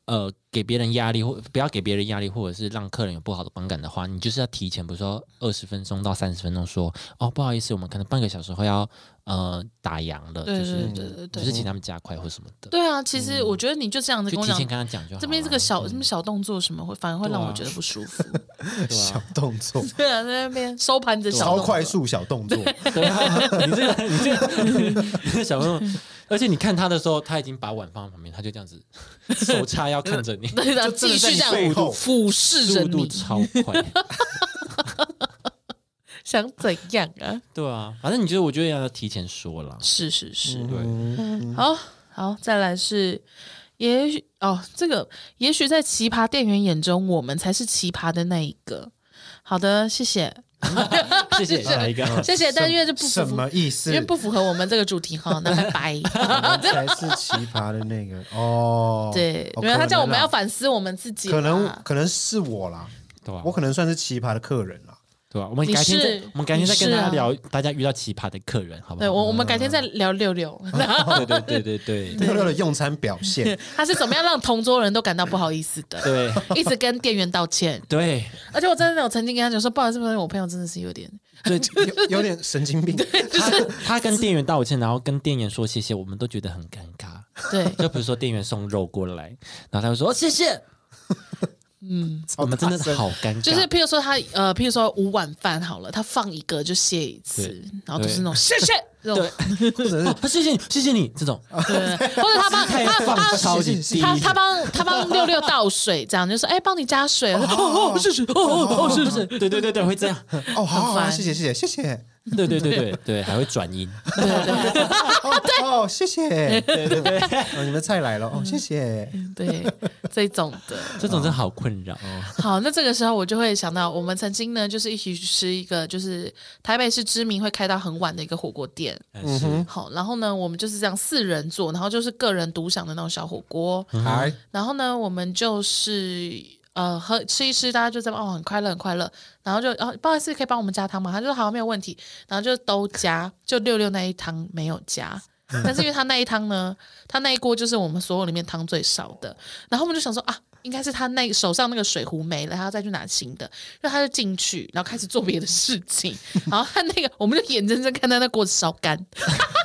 [SPEAKER 1] 呃，给别人压力或不要给别人压力，或者是让客人有不好的观感的话，你就是要提前，比如说二十分钟到三十分钟说，哦，不好意思，我们可能半个小时后要呃打烊了，就
[SPEAKER 2] 对对
[SPEAKER 1] 是
[SPEAKER 2] 对对
[SPEAKER 1] 就
[SPEAKER 2] 对
[SPEAKER 1] 是
[SPEAKER 2] 对。
[SPEAKER 1] 请他们加快或什么的，
[SPEAKER 2] 对啊，其实我觉得你就这样子
[SPEAKER 1] 就
[SPEAKER 2] 跟我
[SPEAKER 1] 提
[SPEAKER 2] 讲
[SPEAKER 1] 前，跟他讲就好了。
[SPEAKER 2] 这边这个小什么小动作什么会，反而会让
[SPEAKER 1] 对啊
[SPEAKER 2] 我觉得不舒服。
[SPEAKER 1] 对啊
[SPEAKER 3] 小动作，
[SPEAKER 2] 对啊，在那边收盘子小
[SPEAKER 3] 啊超
[SPEAKER 2] 动作，
[SPEAKER 3] 快，速小动作，
[SPEAKER 1] 对啊，你这个你这个你 这个小朋友，而且你看他的时候，他已经把碗放在旁边，他就这样子，手叉腰看着你
[SPEAKER 2] 对的，
[SPEAKER 3] 就真
[SPEAKER 2] 继
[SPEAKER 3] 的在
[SPEAKER 2] 续
[SPEAKER 3] 你
[SPEAKER 2] 这样
[SPEAKER 3] 背后
[SPEAKER 2] 俯视着
[SPEAKER 1] 速度
[SPEAKER 2] 你，
[SPEAKER 1] 超快。
[SPEAKER 2] 想怎样啊？
[SPEAKER 1] 对啊，反正你觉得，我觉得要提前说了。
[SPEAKER 2] 是是是，
[SPEAKER 1] 对，
[SPEAKER 3] 嗯
[SPEAKER 2] 好好，再来是，也许哦，这个也许在奇葩店员眼中，我们才是奇葩的那一个。好的，谢 谢，
[SPEAKER 1] 谢谢下一个。
[SPEAKER 2] 谢啊谢，但因为这不符
[SPEAKER 3] 啊什
[SPEAKER 2] 合
[SPEAKER 3] 么，哦意思？
[SPEAKER 2] 因为不符合我们这个主题 哈，那拜拜。
[SPEAKER 3] 我们才是奇葩的那个哦。
[SPEAKER 2] 对，
[SPEAKER 3] 哦
[SPEAKER 2] 没有他叫我们要，啊
[SPEAKER 3] 可能啦
[SPEAKER 2] 反思我们自己啦，
[SPEAKER 3] 可能可能是我啦，
[SPEAKER 1] 对啊
[SPEAKER 3] 我，可能算是奇葩的客人啦。
[SPEAKER 1] 对啊，我们
[SPEAKER 2] 你
[SPEAKER 1] 改天
[SPEAKER 2] 是
[SPEAKER 1] 再，我们改天再跟
[SPEAKER 2] 你是
[SPEAKER 1] 大
[SPEAKER 2] 啊
[SPEAKER 1] 家聊，大家遇到奇葩的客人，好不
[SPEAKER 2] 对
[SPEAKER 1] 好？
[SPEAKER 2] 我我们改天再聊六六，
[SPEAKER 3] 啊
[SPEAKER 1] 对对对对 对
[SPEAKER 3] 六六的用餐表现，
[SPEAKER 2] 他是怎么样让同桌人都感到不好意思的，
[SPEAKER 1] 对
[SPEAKER 2] 一直跟店员道歉。
[SPEAKER 1] 对，
[SPEAKER 2] 而且我真的有曾经跟他讲说，不好意思，不好意思，我朋友真的是有点
[SPEAKER 1] 所以
[SPEAKER 3] 有有点神经 病。哦
[SPEAKER 1] 他他跟店员道歉，然后跟店员说谢谢，我们都觉得很尴尬。
[SPEAKER 2] 对，
[SPEAKER 1] 就比如说店员送肉过来，然后他会说、哦、谢谢，嗯，我们真的好尴尬，
[SPEAKER 2] 就是譬如说他呃，譬如说五碗饭好了，他放一个就谢一次
[SPEAKER 1] 对，
[SPEAKER 2] 然后就是那种谢谢这种，
[SPEAKER 1] 哦谢谢你，谢谢你这种，
[SPEAKER 2] 对，或者他帮
[SPEAKER 1] 太
[SPEAKER 2] 他
[SPEAKER 1] 放
[SPEAKER 2] 他
[SPEAKER 1] 超级低，
[SPEAKER 2] 他他帮他帮六六倒水，这样就说哎，帮你 加水，哦哦是是哦哦哦是是，
[SPEAKER 1] 对对对对，会这样，
[SPEAKER 3] 哦，好
[SPEAKER 2] 很
[SPEAKER 3] 好好，
[SPEAKER 2] 烦
[SPEAKER 3] 谢谢谢谢 谢谢。
[SPEAKER 1] 对对对对对，还会转音，
[SPEAKER 3] 哦哦，谢谢。 对对对，哦你们的菜来了
[SPEAKER 1] 嗯
[SPEAKER 3] 哦，谢谢。
[SPEAKER 2] 对这种的。
[SPEAKER 1] 这种真的好困扰哦。
[SPEAKER 2] 好，那这个时候我就会想到，我们曾经呢就是一起去吃一个就是台北市知名会开到很晚的一个火锅店，
[SPEAKER 1] 嗯哼，
[SPEAKER 2] 好，然后呢我们就是这样四人座，然后就是个人独享的那种小火锅，
[SPEAKER 1] 嗯
[SPEAKER 3] 还
[SPEAKER 2] 然后呢，我们就是呃喝吃一吃，大家就在那边哦很快乐很快乐，然后就哦不好意思，可以帮我们加汤吗？他就说好没有问题，然后就都加，就六六那一汤没有加。但是因为他那一汤呢，他那一锅就是我们所有里面汤最少的，然后我们就想说啊，应该是他那手上那个水壶没了，他要再去拿新的，然后他就进去，然后开始做别的事情，然后他那个我们就眼睁睁看他那锅子烧干，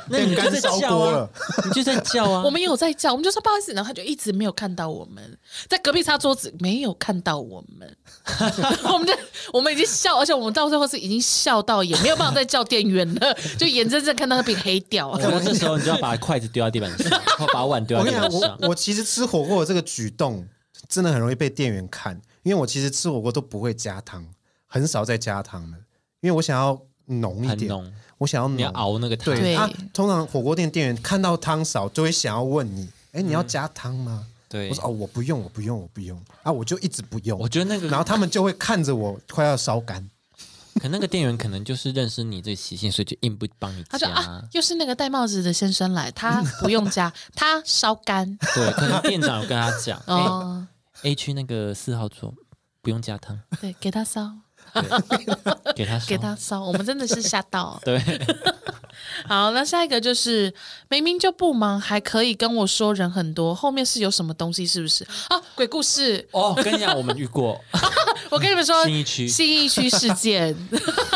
[SPEAKER 1] 那你就
[SPEAKER 3] 干
[SPEAKER 1] 在
[SPEAKER 3] 烧
[SPEAKER 1] 叫
[SPEAKER 3] 锅
[SPEAKER 1] 啊
[SPEAKER 3] 了，
[SPEAKER 1] 你就在叫啊
[SPEAKER 2] 我。们也有在叫，我们就说不好意思，然后他就一直没有看到我们，在隔壁擦桌子没有看到我们， 我们就我们已经笑，而且我们到最后是已经笑到也没有办法再叫店员了， 就眼睁睁看到他被黑掉
[SPEAKER 1] 我
[SPEAKER 2] 啊。
[SPEAKER 1] 觉得这时候你就要把筷子丢到地板上，或把碗丢
[SPEAKER 3] 我
[SPEAKER 1] 到
[SPEAKER 3] 跟
[SPEAKER 1] 地
[SPEAKER 3] 你
[SPEAKER 1] 板
[SPEAKER 3] 讲，
[SPEAKER 1] 上。
[SPEAKER 3] 我我其实吃火锅的这个举动真的很容易被店员看，因为我其实吃火锅都不会加汤，很少再加汤的，因为我想要浓一
[SPEAKER 1] 很
[SPEAKER 3] 点，
[SPEAKER 1] 浓，
[SPEAKER 3] 我想要
[SPEAKER 1] 你要
[SPEAKER 3] 浓。
[SPEAKER 1] 熬那个汤。
[SPEAKER 3] 对，
[SPEAKER 2] 对
[SPEAKER 3] 啊，通常火锅店店员看到汤少就会想要问你，哎，你要
[SPEAKER 1] 嗯
[SPEAKER 3] 加汤吗？
[SPEAKER 1] 对
[SPEAKER 3] 我说哦，我不用，我不用，我不用啊，我就一直不用
[SPEAKER 1] 我。觉得那个，
[SPEAKER 3] 然后他们就会看着我快要烧干，
[SPEAKER 1] 可那个店员可能就是认识你这个习性，所以就硬不帮你
[SPEAKER 2] 他
[SPEAKER 1] 加。
[SPEAKER 2] 说啊，又是那个戴帽子的先生来，他不 用加，他烧干
[SPEAKER 1] 对，可能店长有跟他讲
[SPEAKER 2] 哦，
[SPEAKER 1] ，A 区那个四号桌不用加汤，
[SPEAKER 2] 对，给他烧，
[SPEAKER 1] 给他烧
[SPEAKER 2] 给他烧，我们真的是吓到。
[SPEAKER 1] 对，
[SPEAKER 2] 好，那下一个就是明明就不忙，还可以跟我说人很多，后面是有什么东西是不是？啊，鬼故事，
[SPEAKER 1] 哦，跟你讲，我们遇过
[SPEAKER 2] 我跟你们说，
[SPEAKER 1] 新一区，
[SPEAKER 2] 新义区事件，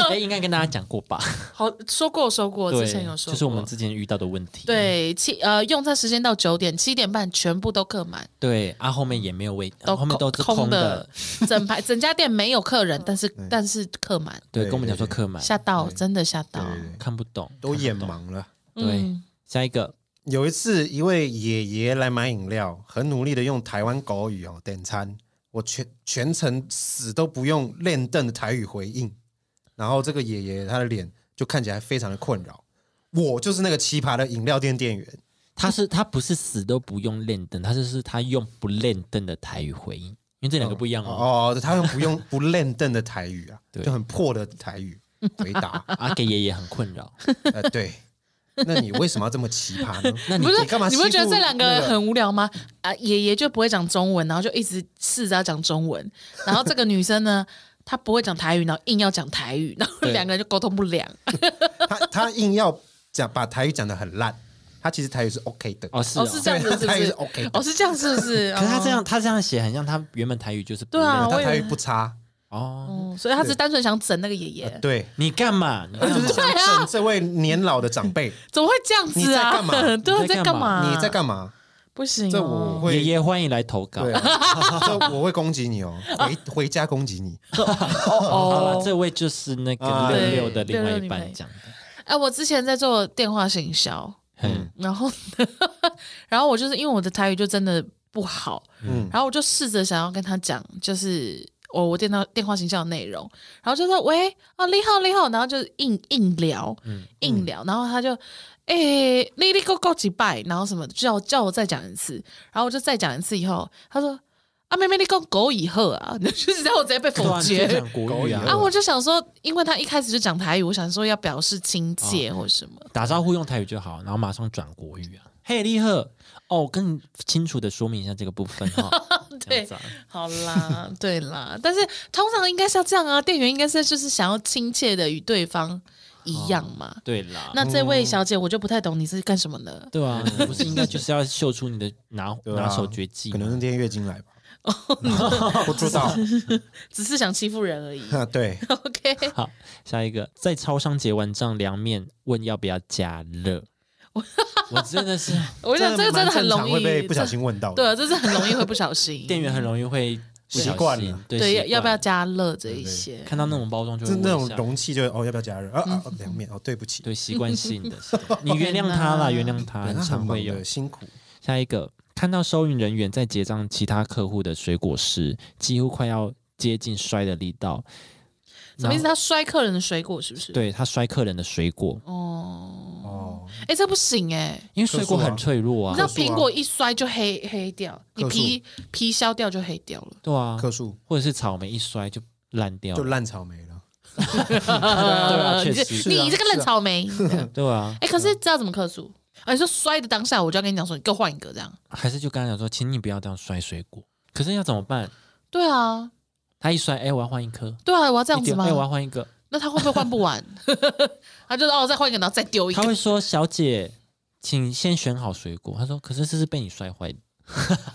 [SPEAKER 1] 哎，应该跟大家讲过吧？
[SPEAKER 2] 好说过说过，
[SPEAKER 1] 对
[SPEAKER 2] 之前有，说过，
[SPEAKER 1] 就是我们之前遇到的问题。
[SPEAKER 2] 对七呃用餐时间到九点，七点半全部都客 满，
[SPEAKER 1] 对，啊，后面也没有位，
[SPEAKER 2] 都
[SPEAKER 1] 后面都是
[SPEAKER 2] 空
[SPEAKER 1] 空
[SPEAKER 2] 的。整排整家店没有客人，但是但是客满，
[SPEAKER 1] 对，
[SPEAKER 3] 对
[SPEAKER 1] 跟我们讲说客满，
[SPEAKER 2] 吓到真的吓到，嗯
[SPEAKER 3] 对
[SPEAKER 1] 看不懂，
[SPEAKER 3] 都眼
[SPEAKER 1] 看不懂。
[SPEAKER 3] 盲了。
[SPEAKER 1] 对，下一个
[SPEAKER 3] 有一次，一位爷爷来买饮料，很努力的用台湾狗语哦点餐，我全全程死都不用练凳的台语回应，然后这个爷爷他的脸就看起来非常的困扰。我就是那个奇葩的饮料店店员，
[SPEAKER 1] 他是他不是死都不用练灯，他就是他用不练灯的台语回应，因为这两个不一样哦。
[SPEAKER 3] 哦，他用不用 不练凳的台语啊，
[SPEAKER 1] 对，
[SPEAKER 3] 就很破的台语回答
[SPEAKER 1] 啊，给爷爷很困扰。
[SPEAKER 3] 呃，对。那你为什么要这么奇葩呢？那
[SPEAKER 2] 不是
[SPEAKER 3] 干嘛？
[SPEAKER 2] 你不会觉得这两个？很无聊吗？啊，爷爷就不会讲中文，然后就一直试着要讲中文，然后这个女生呢，她不会讲台语，然后硬要讲台语，然后
[SPEAKER 1] 对
[SPEAKER 2] 两个人就沟通不 良。
[SPEAKER 3] 他他硬要讲把台语讲的很烂，他其实台语是 OK 的，
[SPEAKER 1] 哦，是
[SPEAKER 2] 哦，
[SPEAKER 1] 哦
[SPEAKER 2] 是这样子，是不
[SPEAKER 3] 台语
[SPEAKER 2] 是
[SPEAKER 3] 是 OK 的
[SPEAKER 2] 哦，是这样，是不是？
[SPEAKER 1] 可是他这
[SPEAKER 2] 哦
[SPEAKER 1] 样，他这样写，很像他原本台语就是不
[SPEAKER 2] 对啊
[SPEAKER 1] 练
[SPEAKER 2] 我
[SPEAKER 3] 他
[SPEAKER 2] 以为
[SPEAKER 3] 台语不差。
[SPEAKER 1] 哦。
[SPEAKER 2] 哦，所以他只是单纯想整那个爷
[SPEAKER 1] 呃
[SPEAKER 2] 爷，
[SPEAKER 3] 对，
[SPEAKER 1] 你干嘛？你
[SPEAKER 3] 他
[SPEAKER 1] 干
[SPEAKER 3] 就
[SPEAKER 1] 嘛
[SPEAKER 3] 是想
[SPEAKER 2] 对啊
[SPEAKER 3] 整这位年老的长辈，
[SPEAKER 2] 怎么会这样子啊？
[SPEAKER 3] 你在 干嘛
[SPEAKER 2] 对啊，
[SPEAKER 1] 你在
[SPEAKER 2] 在
[SPEAKER 1] 干
[SPEAKER 2] 干
[SPEAKER 1] 嘛
[SPEAKER 2] 嘛？
[SPEAKER 3] 你在干嘛？
[SPEAKER 2] 不行、哦，
[SPEAKER 3] 这我会
[SPEAKER 1] 爷爷欢迎来投稿
[SPEAKER 3] 对。啊，这我会攻击你哦，回回家攻击你。
[SPEAKER 1] 好了，
[SPEAKER 2] 哦。
[SPEAKER 1] 这位就是那个
[SPEAKER 3] 啊
[SPEAKER 1] 六
[SPEAKER 2] 对
[SPEAKER 1] 六的另外
[SPEAKER 2] 六六
[SPEAKER 1] 一
[SPEAKER 2] 女
[SPEAKER 1] 半
[SPEAKER 2] 朋
[SPEAKER 1] 讲的。
[SPEAKER 2] 哎、我之前在做电话行销，
[SPEAKER 1] 嗯，
[SPEAKER 2] 然后呢 然后我就是因为我的台语就真的不好，
[SPEAKER 3] 嗯
[SPEAKER 2] 然后我就试着想要跟他讲，就是哦我我电话电话形象的内容，然后就说喂哦你好你好，然后就硬硬聊，
[SPEAKER 3] 嗯
[SPEAKER 2] 硬聊，然后他就。诶、你你给我告几拜，然后什么叫叫我再讲一次，然后我就再讲一次以后，他说啊妹妹你给我狗以后啊， 就是让我直接被
[SPEAKER 3] 啊
[SPEAKER 2] 否决，
[SPEAKER 1] 讲国语啊
[SPEAKER 2] 啊，，我就想说，因为他一开始就讲台语，我想说要表示亲切或什么。
[SPEAKER 1] 打招呼用台语就好，然后马上转国语啊。嘿，立赫，哦，我跟你清楚的说明一下这个部分 哈。这样
[SPEAKER 2] 对
[SPEAKER 1] 子啊，
[SPEAKER 2] 好啦， 对啦，但是通常应该是要这样啊，店员应该是就是想要亲切的与对方一样嘛。
[SPEAKER 1] 对啦，
[SPEAKER 2] 那这位小姐，我就不太懂你是干什么的。
[SPEAKER 1] 对啊，你不是应该就是要秀出你的拿
[SPEAKER 3] 对啊
[SPEAKER 1] 拿手绝技吗？
[SPEAKER 3] 可能那天月经来吧，
[SPEAKER 2] 哦
[SPEAKER 3] 不 知道。
[SPEAKER 2] 只是想欺负人 而已。
[SPEAKER 3] 啊对，
[SPEAKER 2] OK，
[SPEAKER 1] 好，下一个，在超商结完账，凉面问要不要加 热，我真的是
[SPEAKER 2] 我想这个真的很容
[SPEAKER 3] 蛮正常会被
[SPEAKER 2] 易，
[SPEAKER 3] 不小心问到
[SPEAKER 2] 对，啊
[SPEAKER 3] 的。
[SPEAKER 2] 这是很容易会不小心。
[SPEAKER 1] 店员很容易会不小
[SPEAKER 3] 习惯
[SPEAKER 1] 心
[SPEAKER 3] 了
[SPEAKER 1] 对，
[SPEAKER 2] 对
[SPEAKER 1] 习
[SPEAKER 2] 要
[SPEAKER 1] 惯
[SPEAKER 2] 要不要加热这一些？
[SPEAKER 1] 看到那种包装就会
[SPEAKER 3] 就
[SPEAKER 1] 问
[SPEAKER 3] 那
[SPEAKER 1] 一
[SPEAKER 3] 种
[SPEAKER 1] 下
[SPEAKER 3] 容器就哦，要不要加热啊啊？哦凉面哦，对不起，
[SPEAKER 1] 对习惯性 的，习惯你原谅他啦，原谅他，
[SPEAKER 3] 对
[SPEAKER 1] 很
[SPEAKER 3] 他啊很
[SPEAKER 1] 常会
[SPEAKER 3] 忙
[SPEAKER 1] 有
[SPEAKER 3] 的，。辛苦。
[SPEAKER 1] 下一个，看到收银人员在结账其他客户的水果时，几乎快要接近摔的力道，
[SPEAKER 2] 什么意思？
[SPEAKER 1] 然后？
[SPEAKER 2] 他摔客人的水果是不是？，
[SPEAKER 1] 对他摔客人的水果，
[SPEAKER 2] 哦，
[SPEAKER 3] 哦，
[SPEAKER 2] 哎，这不行哎。
[SPEAKER 1] 因为水果
[SPEAKER 3] 客诉啊
[SPEAKER 1] 很脆弱
[SPEAKER 2] 你
[SPEAKER 1] 啊
[SPEAKER 2] 知道，
[SPEAKER 3] 克数啊
[SPEAKER 2] 苹果一摔就黑黑掉，你
[SPEAKER 3] 克数
[SPEAKER 2] 皮皮削掉就黑掉了。
[SPEAKER 1] 对啊，
[SPEAKER 3] 棵树
[SPEAKER 1] 或者是草莓一摔就烂掉
[SPEAKER 3] 就
[SPEAKER 1] 了，
[SPEAKER 3] 烂草莓了。
[SPEAKER 1] 对啊，确
[SPEAKER 2] 你这
[SPEAKER 1] 实，
[SPEAKER 2] 你
[SPEAKER 3] 是啊
[SPEAKER 2] 这个烂草 莓。
[SPEAKER 1] 对啊，
[SPEAKER 2] 哎，可是知道怎么克数？啊，你说摔的当下，我就要跟你讲说，你给我换一个这样。
[SPEAKER 1] 还是就刚才讲说，请你不要这样摔水果。可是要怎么办？
[SPEAKER 2] 对啊，
[SPEAKER 1] 他一摔，哎、我要换一颗，
[SPEAKER 2] 对啊，我要这
[SPEAKER 1] 这
[SPEAKER 2] 样子吗
[SPEAKER 1] 哎、？我要换一个。
[SPEAKER 2] 那他会不会换不完？ 他就说哦，再换一个，然后再丢一
[SPEAKER 1] 他
[SPEAKER 2] 个。
[SPEAKER 1] 会说：“小姐，请先选好水果。”他说：“可是这是被你摔坏的。”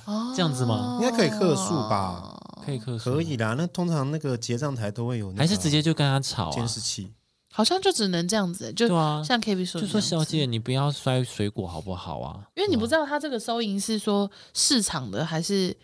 [SPEAKER 2] 哦
[SPEAKER 1] 这样子吗
[SPEAKER 3] 应该可以客诉吧？
[SPEAKER 1] 可以客诉吗
[SPEAKER 3] 可以啦。那通常那个结账台都会有、那个
[SPEAKER 1] 还是直接就跟他吵啊
[SPEAKER 3] 监？视器，
[SPEAKER 2] 好像就只能这样子，就
[SPEAKER 1] 对啊，
[SPEAKER 2] 像 K B 说
[SPEAKER 1] 就
[SPEAKER 2] 的
[SPEAKER 1] 说
[SPEAKER 2] 那样
[SPEAKER 1] 小
[SPEAKER 2] 子，
[SPEAKER 1] 姐，你不要摔水果好不好啊？
[SPEAKER 2] 因为你不知道他这个收银是说市场的还是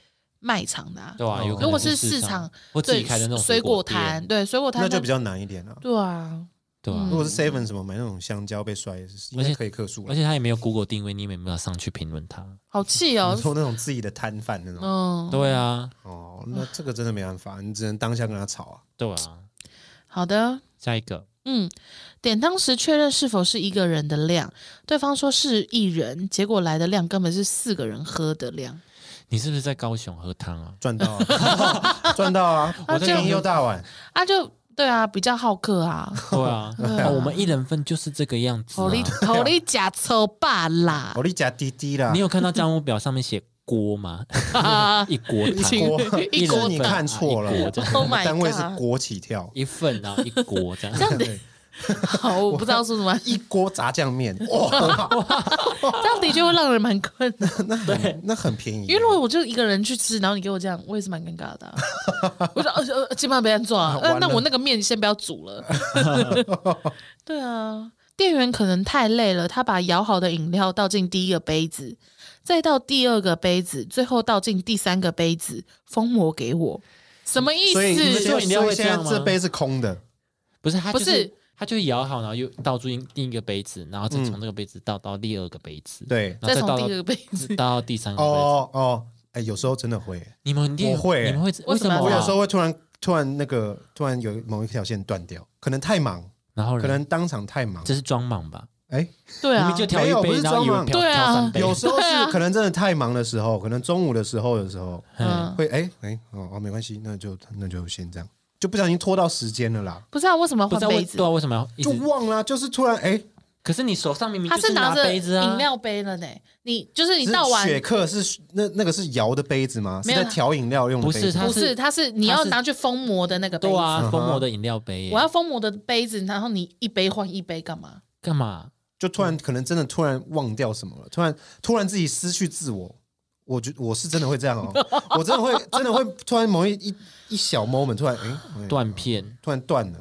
[SPEAKER 2] 卖场的啊。
[SPEAKER 1] 对啊，有可能
[SPEAKER 2] 如果
[SPEAKER 1] 是
[SPEAKER 2] 是市场
[SPEAKER 1] 或自己
[SPEAKER 2] 对
[SPEAKER 1] 开的那种
[SPEAKER 2] 水
[SPEAKER 1] 果店
[SPEAKER 2] 摊，，对水果摊
[SPEAKER 3] 那就比较难一点啦。
[SPEAKER 2] 对啊，
[SPEAKER 1] 对啊
[SPEAKER 3] 如。果是 seven 什么买那种香蕉被摔，也是应
[SPEAKER 1] 而
[SPEAKER 3] 该
[SPEAKER 1] 且
[SPEAKER 3] 可以客诉啦
[SPEAKER 1] 而。且他也没有 Google 定位，你也没有办法上去评论他。
[SPEAKER 2] 好气哦
[SPEAKER 3] 你。说那种自己的摊贩那种，
[SPEAKER 2] 嗯，
[SPEAKER 1] 对啊，
[SPEAKER 3] 哦，那这个真的没办法，你只能当下跟他吵啊。
[SPEAKER 1] 对啊。
[SPEAKER 2] 好的，
[SPEAKER 1] 下一个，
[SPEAKER 2] 嗯，点汤时确认是否是一个人的量，对方说是一人，结果来的量根本是四个人喝的量。
[SPEAKER 1] 你是不是在高雄喝汤 啊？
[SPEAKER 3] 赚到啊，赚到啊！
[SPEAKER 2] 啊
[SPEAKER 3] 我
[SPEAKER 2] 这
[SPEAKER 3] 在
[SPEAKER 2] 样
[SPEAKER 3] 年又大碗，
[SPEAKER 2] 啊就，对啊，比较好客 啊，
[SPEAKER 1] 对啊，
[SPEAKER 2] 对啊
[SPEAKER 1] 哦我们一人份就是这个样子、
[SPEAKER 2] 口里
[SPEAKER 1] 啊。
[SPEAKER 2] 口里假抽霸 啦
[SPEAKER 3] 我，力加滴滴啦
[SPEAKER 2] 啊
[SPEAKER 1] 你。有看到账目表上面写锅 吗？一锅汤
[SPEAKER 2] 请，
[SPEAKER 3] 锅
[SPEAKER 2] 一
[SPEAKER 1] 锅
[SPEAKER 2] 锅
[SPEAKER 3] 是你
[SPEAKER 1] 饭
[SPEAKER 3] 看错了
[SPEAKER 1] 一锅这样
[SPEAKER 2] Oh
[SPEAKER 3] 我们
[SPEAKER 2] my
[SPEAKER 3] 单位是
[SPEAKER 2] god
[SPEAKER 3] 锅起跳，
[SPEAKER 1] 一份然后一锅这样。
[SPEAKER 2] 这样 子好，我不知道说什么，
[SPEAKER 3] 一锅炸酱面，哇，
[SPEAKER 2] 这样的确会让人蛮困的。
[SPEAKER 3] 那很那很便宜。
[SPEAKER 2] 因为如果我就一个人去吃，然后你给我这样，我也是蛮尴尬的啊、 我说呃呃，今晚不要做啊，那
[SPEAKER 3] 完了
[SPEAKER 2] 那我那个面先不要煮 了。对啊，店员可能太累了，他把舀好的饮料倒进第一个杯子，再到第二个杯子，最后倒进第三个杯子，封膜给我，什么意
[SPEAKER 3] 所以
[SPEAKER 1] 们
[SPEAKER 2] 思？
[SPEAKER 1] 就
[SPEAKER 3] 所
[SPEAKER 1] 饮料
[SPEAKER 3] 以
[SPEAKER 1] 会这
[SPEAKER 3] 现
[SPEAKER 1] 样吗
[SPEAKER 3] 在这杯是空的，
[SPEAKER 1] 不是，他、
[SPEAKER 2] 不
[SPEAKER 1] 就是是他就摇好，然后又倒注定定一个杯子，然后再从这个杯子倒到第二个杯子，，
[SPEAKER 3] 对。
[SPEAKER 1] 然后
[SPEAKER 2] 嗯从
[SPEAKER 1] 倒
[SPEAKER 2] 第
[SPEAKER 1] 到
[SPEAKER 2] 二个杯子，
[SPEAKER 1] 倒到第三个杯子。
[SPEAKER 3] 哦哦，哎，有时候真的会，
[SPEAKER 1] 你们店
[SPEAKER 3] 我会
[SPEAKER 1] 你们会
[SPEAKER 2] 为
[SPEAKER 1] 为
[SPEAKER 2] 什
[SPEAKER 1] 什
[SPEAKER 2] 么
[SPEAKER 1] 么啊？
[SPEAKER 2] 啊
[SPEAKER 3] 我有时候会突然突然那个突然有某一条线断掉，可能太忙，
[SPEAKER 1] 然后呢
[SPEAKER 3] 可能当场太忙。
[SPEAKER 1] 这是装莽吧？
[SPEAKER 3] 哎，
[SPEAKER 2] 对
[SPEAKER 1] 明
[SPEAKER 2] 啊
[SPEAKER 1] 明，就调一
[SPEAKER 3] 没有不
[SPEAKER 1] 杯，
[SPEAKER 3] 是
[SPEAKER 1] 然后以为调
[SPEAKER 3] 装
[SPEAKER 2] 莽对啊
[SPEAKER 1] 调三杯，
[SPEAKER 3] 有时候
[SPEAKER 2] 对啊
[SPEAKER 3] 是可能真的太忙的时候，可能中午的时候，有 时候
[SPEAKER 2] 嗯，
[SPEAKER 3] 会哎哎哦哦，没关系，那就那就先这样，就不小心拖到时间了啦，
[SPEAKER 2] 不知道为什么
[SPEAKER 1] 不
[SPEAKER 2] 换
[SPEAKER 1] 知道
[SPEAKER 2] 杯
[SPEAKER 1] 为
[SPEAKER 2] 子
[SPEAKER 1] 对，啊为什么要一
[SPEAKER 3] 就
[SPEAKER 1] 直？
[SPEAKER 3] 忘了，就是突然哎，
[SPEAKER 1] 可是你手上明明
[SPEAKER 2] 他
[SPEAKER 1] 就是
[SPEAKER 2] 拿着
[SPEAKER 1] 杯子啊，
[SPEAKER 2] 饮料杯了呢。你就是你
[SPEAKER 3] 只是
[SPEAKER 2] 倒完
[SPEAKER 3] 雪克是那那个是摇的杯子吗？是
[SPEAKER 2] 没有
[SPEAKER 3] 在调饮料用的
[SPEAKER 1] 不
[SPEAKER 3] 杯
[SPEAKER 1] 是
[SPEAKER 3] 子
[SPEAKER 1] 它
[SPEAKER 3] 吗，
[SPEAKER 2] 不是，它是你
[SPEAKER 1] 它
[SPEAKER 2] 要
[SPEAKER 1] 是
[SPEAKER 2] 拿去封膜的那个杯
[SPEAKER 1] 对
[SPEAKER 2] 子。
[SPEAKER 3] 嗯
[SPEAKER 1] 啊，封膜的饮料杯耶，
[SPEAKER 2] 我要封膜的杯子，然后你一杯换一杯干嘛？
[SPEAKER 1] 干嘛？
[SPEAKER 3] 就
[SPEAKER 1] 嗯
[SPEAKER 3] 突然可能真的突然忘掉什么了，突然突然自己失去自我。我觉我是真的会这样 哦，我真的会真的会突然某一一一小 moment 突然 哎哎
[SPEAKER 1] 断片，
[SPEAKER 3] 突然断了，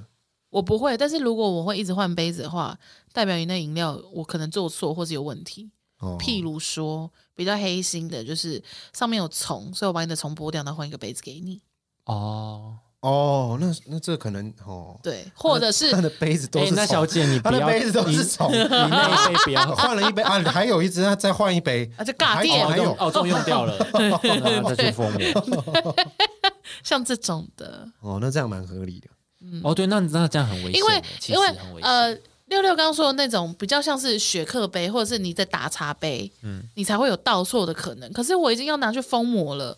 [SPEAKER 2] 我不会，但是如果我会一直换杯子的话，代表你那饮料我可能做错或是有问题。
[SPEAKER 3] 哦
[SPEAKER 2] 譬如说，比较黑心的，就是上面有虫，所以我把你的虫剥掉，然后换一个杯子给你。
[SPEAKER 1] 哦，
[SPEAKER 3] 哦，那那这可能哦，
[SPEAKER 2] 对， 或者是
[SPEAKER 3] 他的杯子都
[SPEAKER 1] 哎
[SPEAKER 3] 是，
[SPEAKER 1] 那小
[SPEAKER 3] 虫
[SPEAKER 1] 姐你
[SPEAKER 3] 他
[SPEAKER 1] 不
[SPEAKER 3] 的
[SPEAKER 1] 要，
[SPEAKER 3] 杯子都
[SPEAKER 1] 你
[SPEAKER 3] 是 虫，。
[SPEAKER 1] 你那一杯不 要
[SPEAKER 3] 换了一杯啊，还有一只，那再换一杯
[SPEAKER 2] 啊这尬
[SPEAKER 3] 还
[SPEAKER 2] 电
[SPEAKER 3] 有还有
[SPEAKER 1] 哦，这种用掉 了，然后再去封膜。
[SPEAKER 2] 像这种的，
[SPEAKER 3] 哦，那这样蛮合理的。
[SPEAKER 1] 哦，对，那那这样很危险耶，
[SPEAKER 2] 因为
[SPEAKER 1] 其
[SPEAKER 2] 因
[SPEAKER 1] 实
[SPEAKER 2] 为
[SPEAKER 1] 很危险
[SPEAKER 2] 呃，六六刚刚说的那种比较像是雪克杯，或者是你在打茶杯，
[SPEAKER 1] 嗯
[SPEAKER 2] 你才会有倒错的可能。可是我已经要拿去封膜了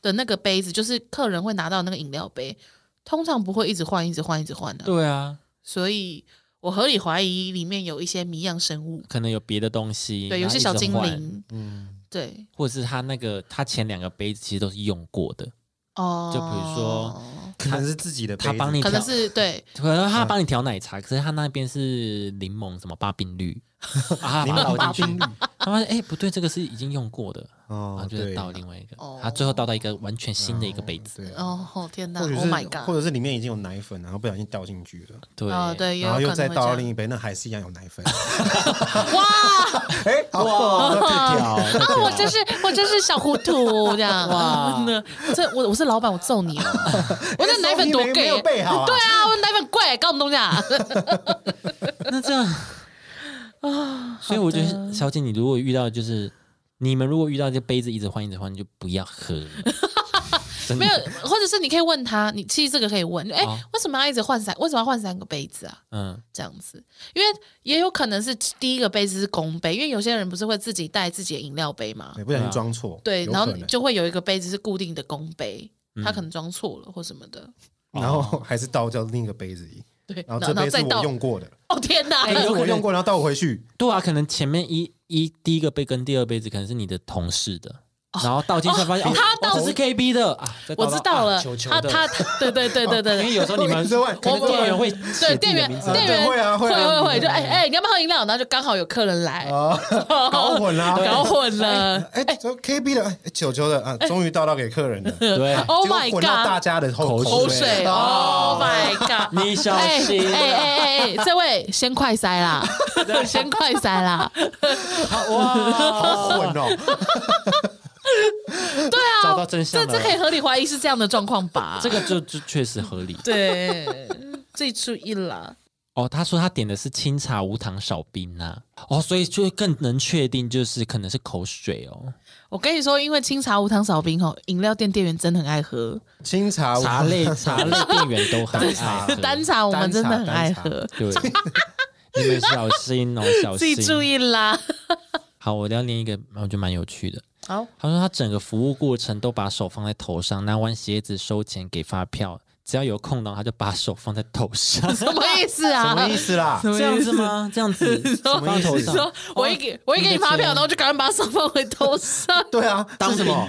[SPEAKER 2] 的那个杯子，就是客人会拿到那个饮料杯，通常不会一直换、一直换、一直换的、
[SPEAKER 1] 对啊，
[SPEAKER 2] 所以我合理怀疑里面有一些谜样生物，
[SPEAKER 1] 可能有别的东西，
[SPEAKER 2] 对，有
[SPEAKER 1] 然后
[SPEAKER 2] 些
[SPEAKER 1] 一
[SPEAKER 2] 小
[SPEAKER 1] 直
[SPEAKER 2] 精
[SPEAKER 1] 换，
[SPEAKER 2] 灵，
[SPEAKER 3] 嗯，
[SPEAKER 2] 对，
[SPEAKER 1] 或者是他那个他前两个杯子其实都是用过
[SPEAKER 3] 嗯
[SPEAKER 1] 的，
[SPEAKER 2] 哦，
[SPEAKER 1] 就比如说。
[SPEAKER 3] 可能是自己的杯子，
[SPEAKER 1] 他帮你
[SPEAKER 2] 可
[SPEAKER 1] 调
[SPEAKER 2] 能，是对，
[SPEAKER 1] 可能他帮你调奶茶，可是他那边是柠檬什么八冰 绿啊，
[SPEAKER 3] 柠
[SPEAKER 1] 把它
[SPEAKER 3] 檬
[SPEAKER 1] 倒
[SPEAKER 3] 八
[SPEAKER 1] 进去
[SPEAKER 3] 冰绿
[SPEAKER 1] 他发现哎不对，这个是已经用过的，然
[SPEAKER 3] 哦
[SPEAKER 1] 后，就是
[SPEAKER 3] 对，啊
[SPEAKER 1] 倒另外一个
[SPEAKER 2] 哦，
[SPEAKER 1] 他最后倒到一个完全新的一个杯子，
[SPEAKER 3] 对啊，
[SPEAKER 2] 哦天哪
[SPEAKER 3] 或
[SPEAKER 2] ，Oh
[SPEAKER 3] 者
[SPEAKER 2] my
[SPEAKER 3] 是或
[SPEAKER 2] god！
[SPEAKER 3] 者是里面已经有奶粉，然后不小心倒进去了，
[SPEAKER 1] 对
[SPEAKER 2] 哦，对，也有
[SPEAKER 3] 然后
[SPEAKER 2] 可
[SPEAKER 3] 又
[SPEAKER 2] 能
[SPEAKER 3] 再
[SPEAKER 2] 会
[SPEAKER 3] 倒到
[SPEAKER 2] 这
[SPEAKER 3] 另
[SPEAKER 2] 样
[SPEAKER 3] 一杯，那还是一样有奶粉。
[SPEAKER 2] 哇，
[SPEAKER 3] 哎，哇，
[SPEAKER 1] 调，
[SPEAKER 2] 啊，我真
[SPEAKER 1] 是
[SPEAKER 2] 是我真是小糊 涂这样。哇
[SPEAKER 1] 哇，
[SPEAKER 2] 这我我是老板，我揍你哦！我这奶粉多
[SPEAKER 3] 没
[SPEAKER 2] 贵、
[SPEAKER 3] 没有备好啊
[SPEAKER 2] 对啊，我奶粉贵，搞什么东西啊？
[SPEAKER 1] 那这样啊，所以我觉得小姐，你如果遇到就是你们如果遇到这杯子一直换一直换，就不要喝 了，真的
[SPEAKER 2] 没有，或者是你可以问他，你其实这个可以问，哎、
[SPEAKER 1] 好
[SPEAKER 3] 哦
[SPEAKER 2] 为什么要一直换三？为什么要换三个杯子啊？
[SPEAKER 1] 嗯
[SPEAKER 2] 这样子，因为也有可能是第一个杯子是公杯，因为有些人不是会自己带自己的饮料杯嘛。
[SPEAKER 3] 对，不小心装错，
[SPEAKER 2] 对，
[SPEAKER 3] 嗯有
[SPEAKER 2] 然后
[SPEAKER 3] 可能嗯
[SPEAKER 2] 就会有一个杯子是固定的公杯，他可能装错了或什么的。
[SPEAKER 3] 然后还是倒到另一个杯子里，
[SPEAKER 2] 对，
[SPEAKER 3] 然后
[SPEAKER 2] 然
[SPEAKER 3] 这
[SPEAKER 2] 后
[SPEAKER 3] 杯
[SPEAKER 2] 再
[SPEAKER 3] 是
[SPEAKER 2] 倒
[SPEAKER 3] 我。用过的，
[SPEAKER 2] 哦天 哪！
[SPEAKER 1] 哎
[SPEAKER 3] 这是
[SPEAKER 1] 有可
[SPEAKER 3] 我
[SPEAKER 1] 能
[SPEAKER 3] 用过，然后倒回去，
[SPEAKER 1] 对啊，可能前面一一第一个杯跟第二杯子可能是你的同事的，然后倒进去发现
[SPEAKER 2] 哦
[SPEAKER 1] 哦
[SPEAKER 2] 他倒
[SPEAKER 1] 这是 KB 的啊，再倒
[SPEAKER 2] 我
[SPEAKER 1] 到
[SPEAKER 2] 知道了
[SPEAKER 1] 啊球，球
[SPEAKER 2] 他
[SPEAKER 1] 的，
[SPEAKER 2] 他他对对对对对
[SPEAKER 1] 因为
[SPEAKER 3] 哦
[SPEAKER 2] 对。
[SPEAKER 1] 有时候你们
[SPEAKER 3] 对
[SPEAKER 1] 可能店员会
[SPEAKER 2] 对
[SPEAKER 1] 写自己
[SPEAKER 2] 店
[SPEAKER 1] 的
[SPEAKER 2] 员，
[SPEAKER 1] 名字啊
[SPEAKER 2] 店员
[SPEAKER 3] 对会啊
[SPEAKER 2] 会
[SPEAKER 3] 会啊
[SPEAKER 2] 会就哎哎，你要不要喝饮料？然后就刚好有客人来，
[SPEAKER 3] 啊，搞混啦，
[SPEAKER 2] 搞混了。
[SPEAKER 3] 哎，这 KB 的，哎，九九的啊，终于倒到给客人了。
[SPEAKER 1] 对
[SPEAKER 2] Oh
[SPEAKER 3] 结果
[SPEAKER 2] my
[SPEAKER 3] 混到大
[SPEAKER 2] god！
[SPEAKER 3] 家的口
[SPEAKER 1] 口
[SPEAKER 2] 口
[SPEAKER 1] 水
[SPEAKER 2] 水，Oh my god！
[SPEAKER 1] 你小
[SPEAKER 2] 哎
[SPEAKER 1] 心
[SPEAKER 2] 哎哎哎哎，这位先快 塞啦，先快塞啦！哎
[SPEAKER 3] 好混哦。
[SPEAKER 2] 对
[SPEAKER 1] 找
[SPEAKER 2] 啊
[SPEAKER 1] 到，真相
[SPEAKER 2] 这
[SPEAKER 1] 了
[SPEAKER 2] 这可以合理怀疑是这样的状况吧？
[SPEAKER 1] 这个就就确实合理
[SPEAKER 2] 对，自己注意啦。
[SPEAKER 1] 哦。他说他点的是清茶无糖少冰呐、哦，所以就更能确定就是可能是口水哦，
[SPEAKER 2] 我跟你说，因为清茶无糖少冰哦，饮料店店员真的很爱喝，
[SPEAKER 3] 清茶
[SPEAKER 1] 茶 类茶类店员都很爱喝
[SPEAKER 2] 单茶我们真的很爱喝，
[SPEAKER 1] 对，你们小心哦，小
[SPEAKER 2] 自己注
[SPEAKER 1] 心。
[SPEAKER 2] 意啦。
[SPEAKER 1] 好，我要念一个，我觉得蛮有趣的。
[SPEAKER 2] 好，
[SPEAKER 1] 他说他整个服务过程都把手放在头上，拿完鞋子收钱给发票，只要有空档他就把手放在头 上，
[SPEAKER 2] 什么意思啊？
[SPEAKER 3] 什么意 思啦？
[SPEAKER 1] 这样子吗？这样子
[SPEAKER 2] 说
[SPEAKER 1] 放在头上，
[SPEAKER 2] 说我一
[SPEAKER 3] 哦
[SPEAKER 2] 给我一给你发
[SPEAKER 1] 你的
[SPEAKER 2] 票，
[SPEAKER 1] 钱
[SPEAKER 2] 然后就赶快把手放回头 上
[SPEAKER 3] 对啊，当什么？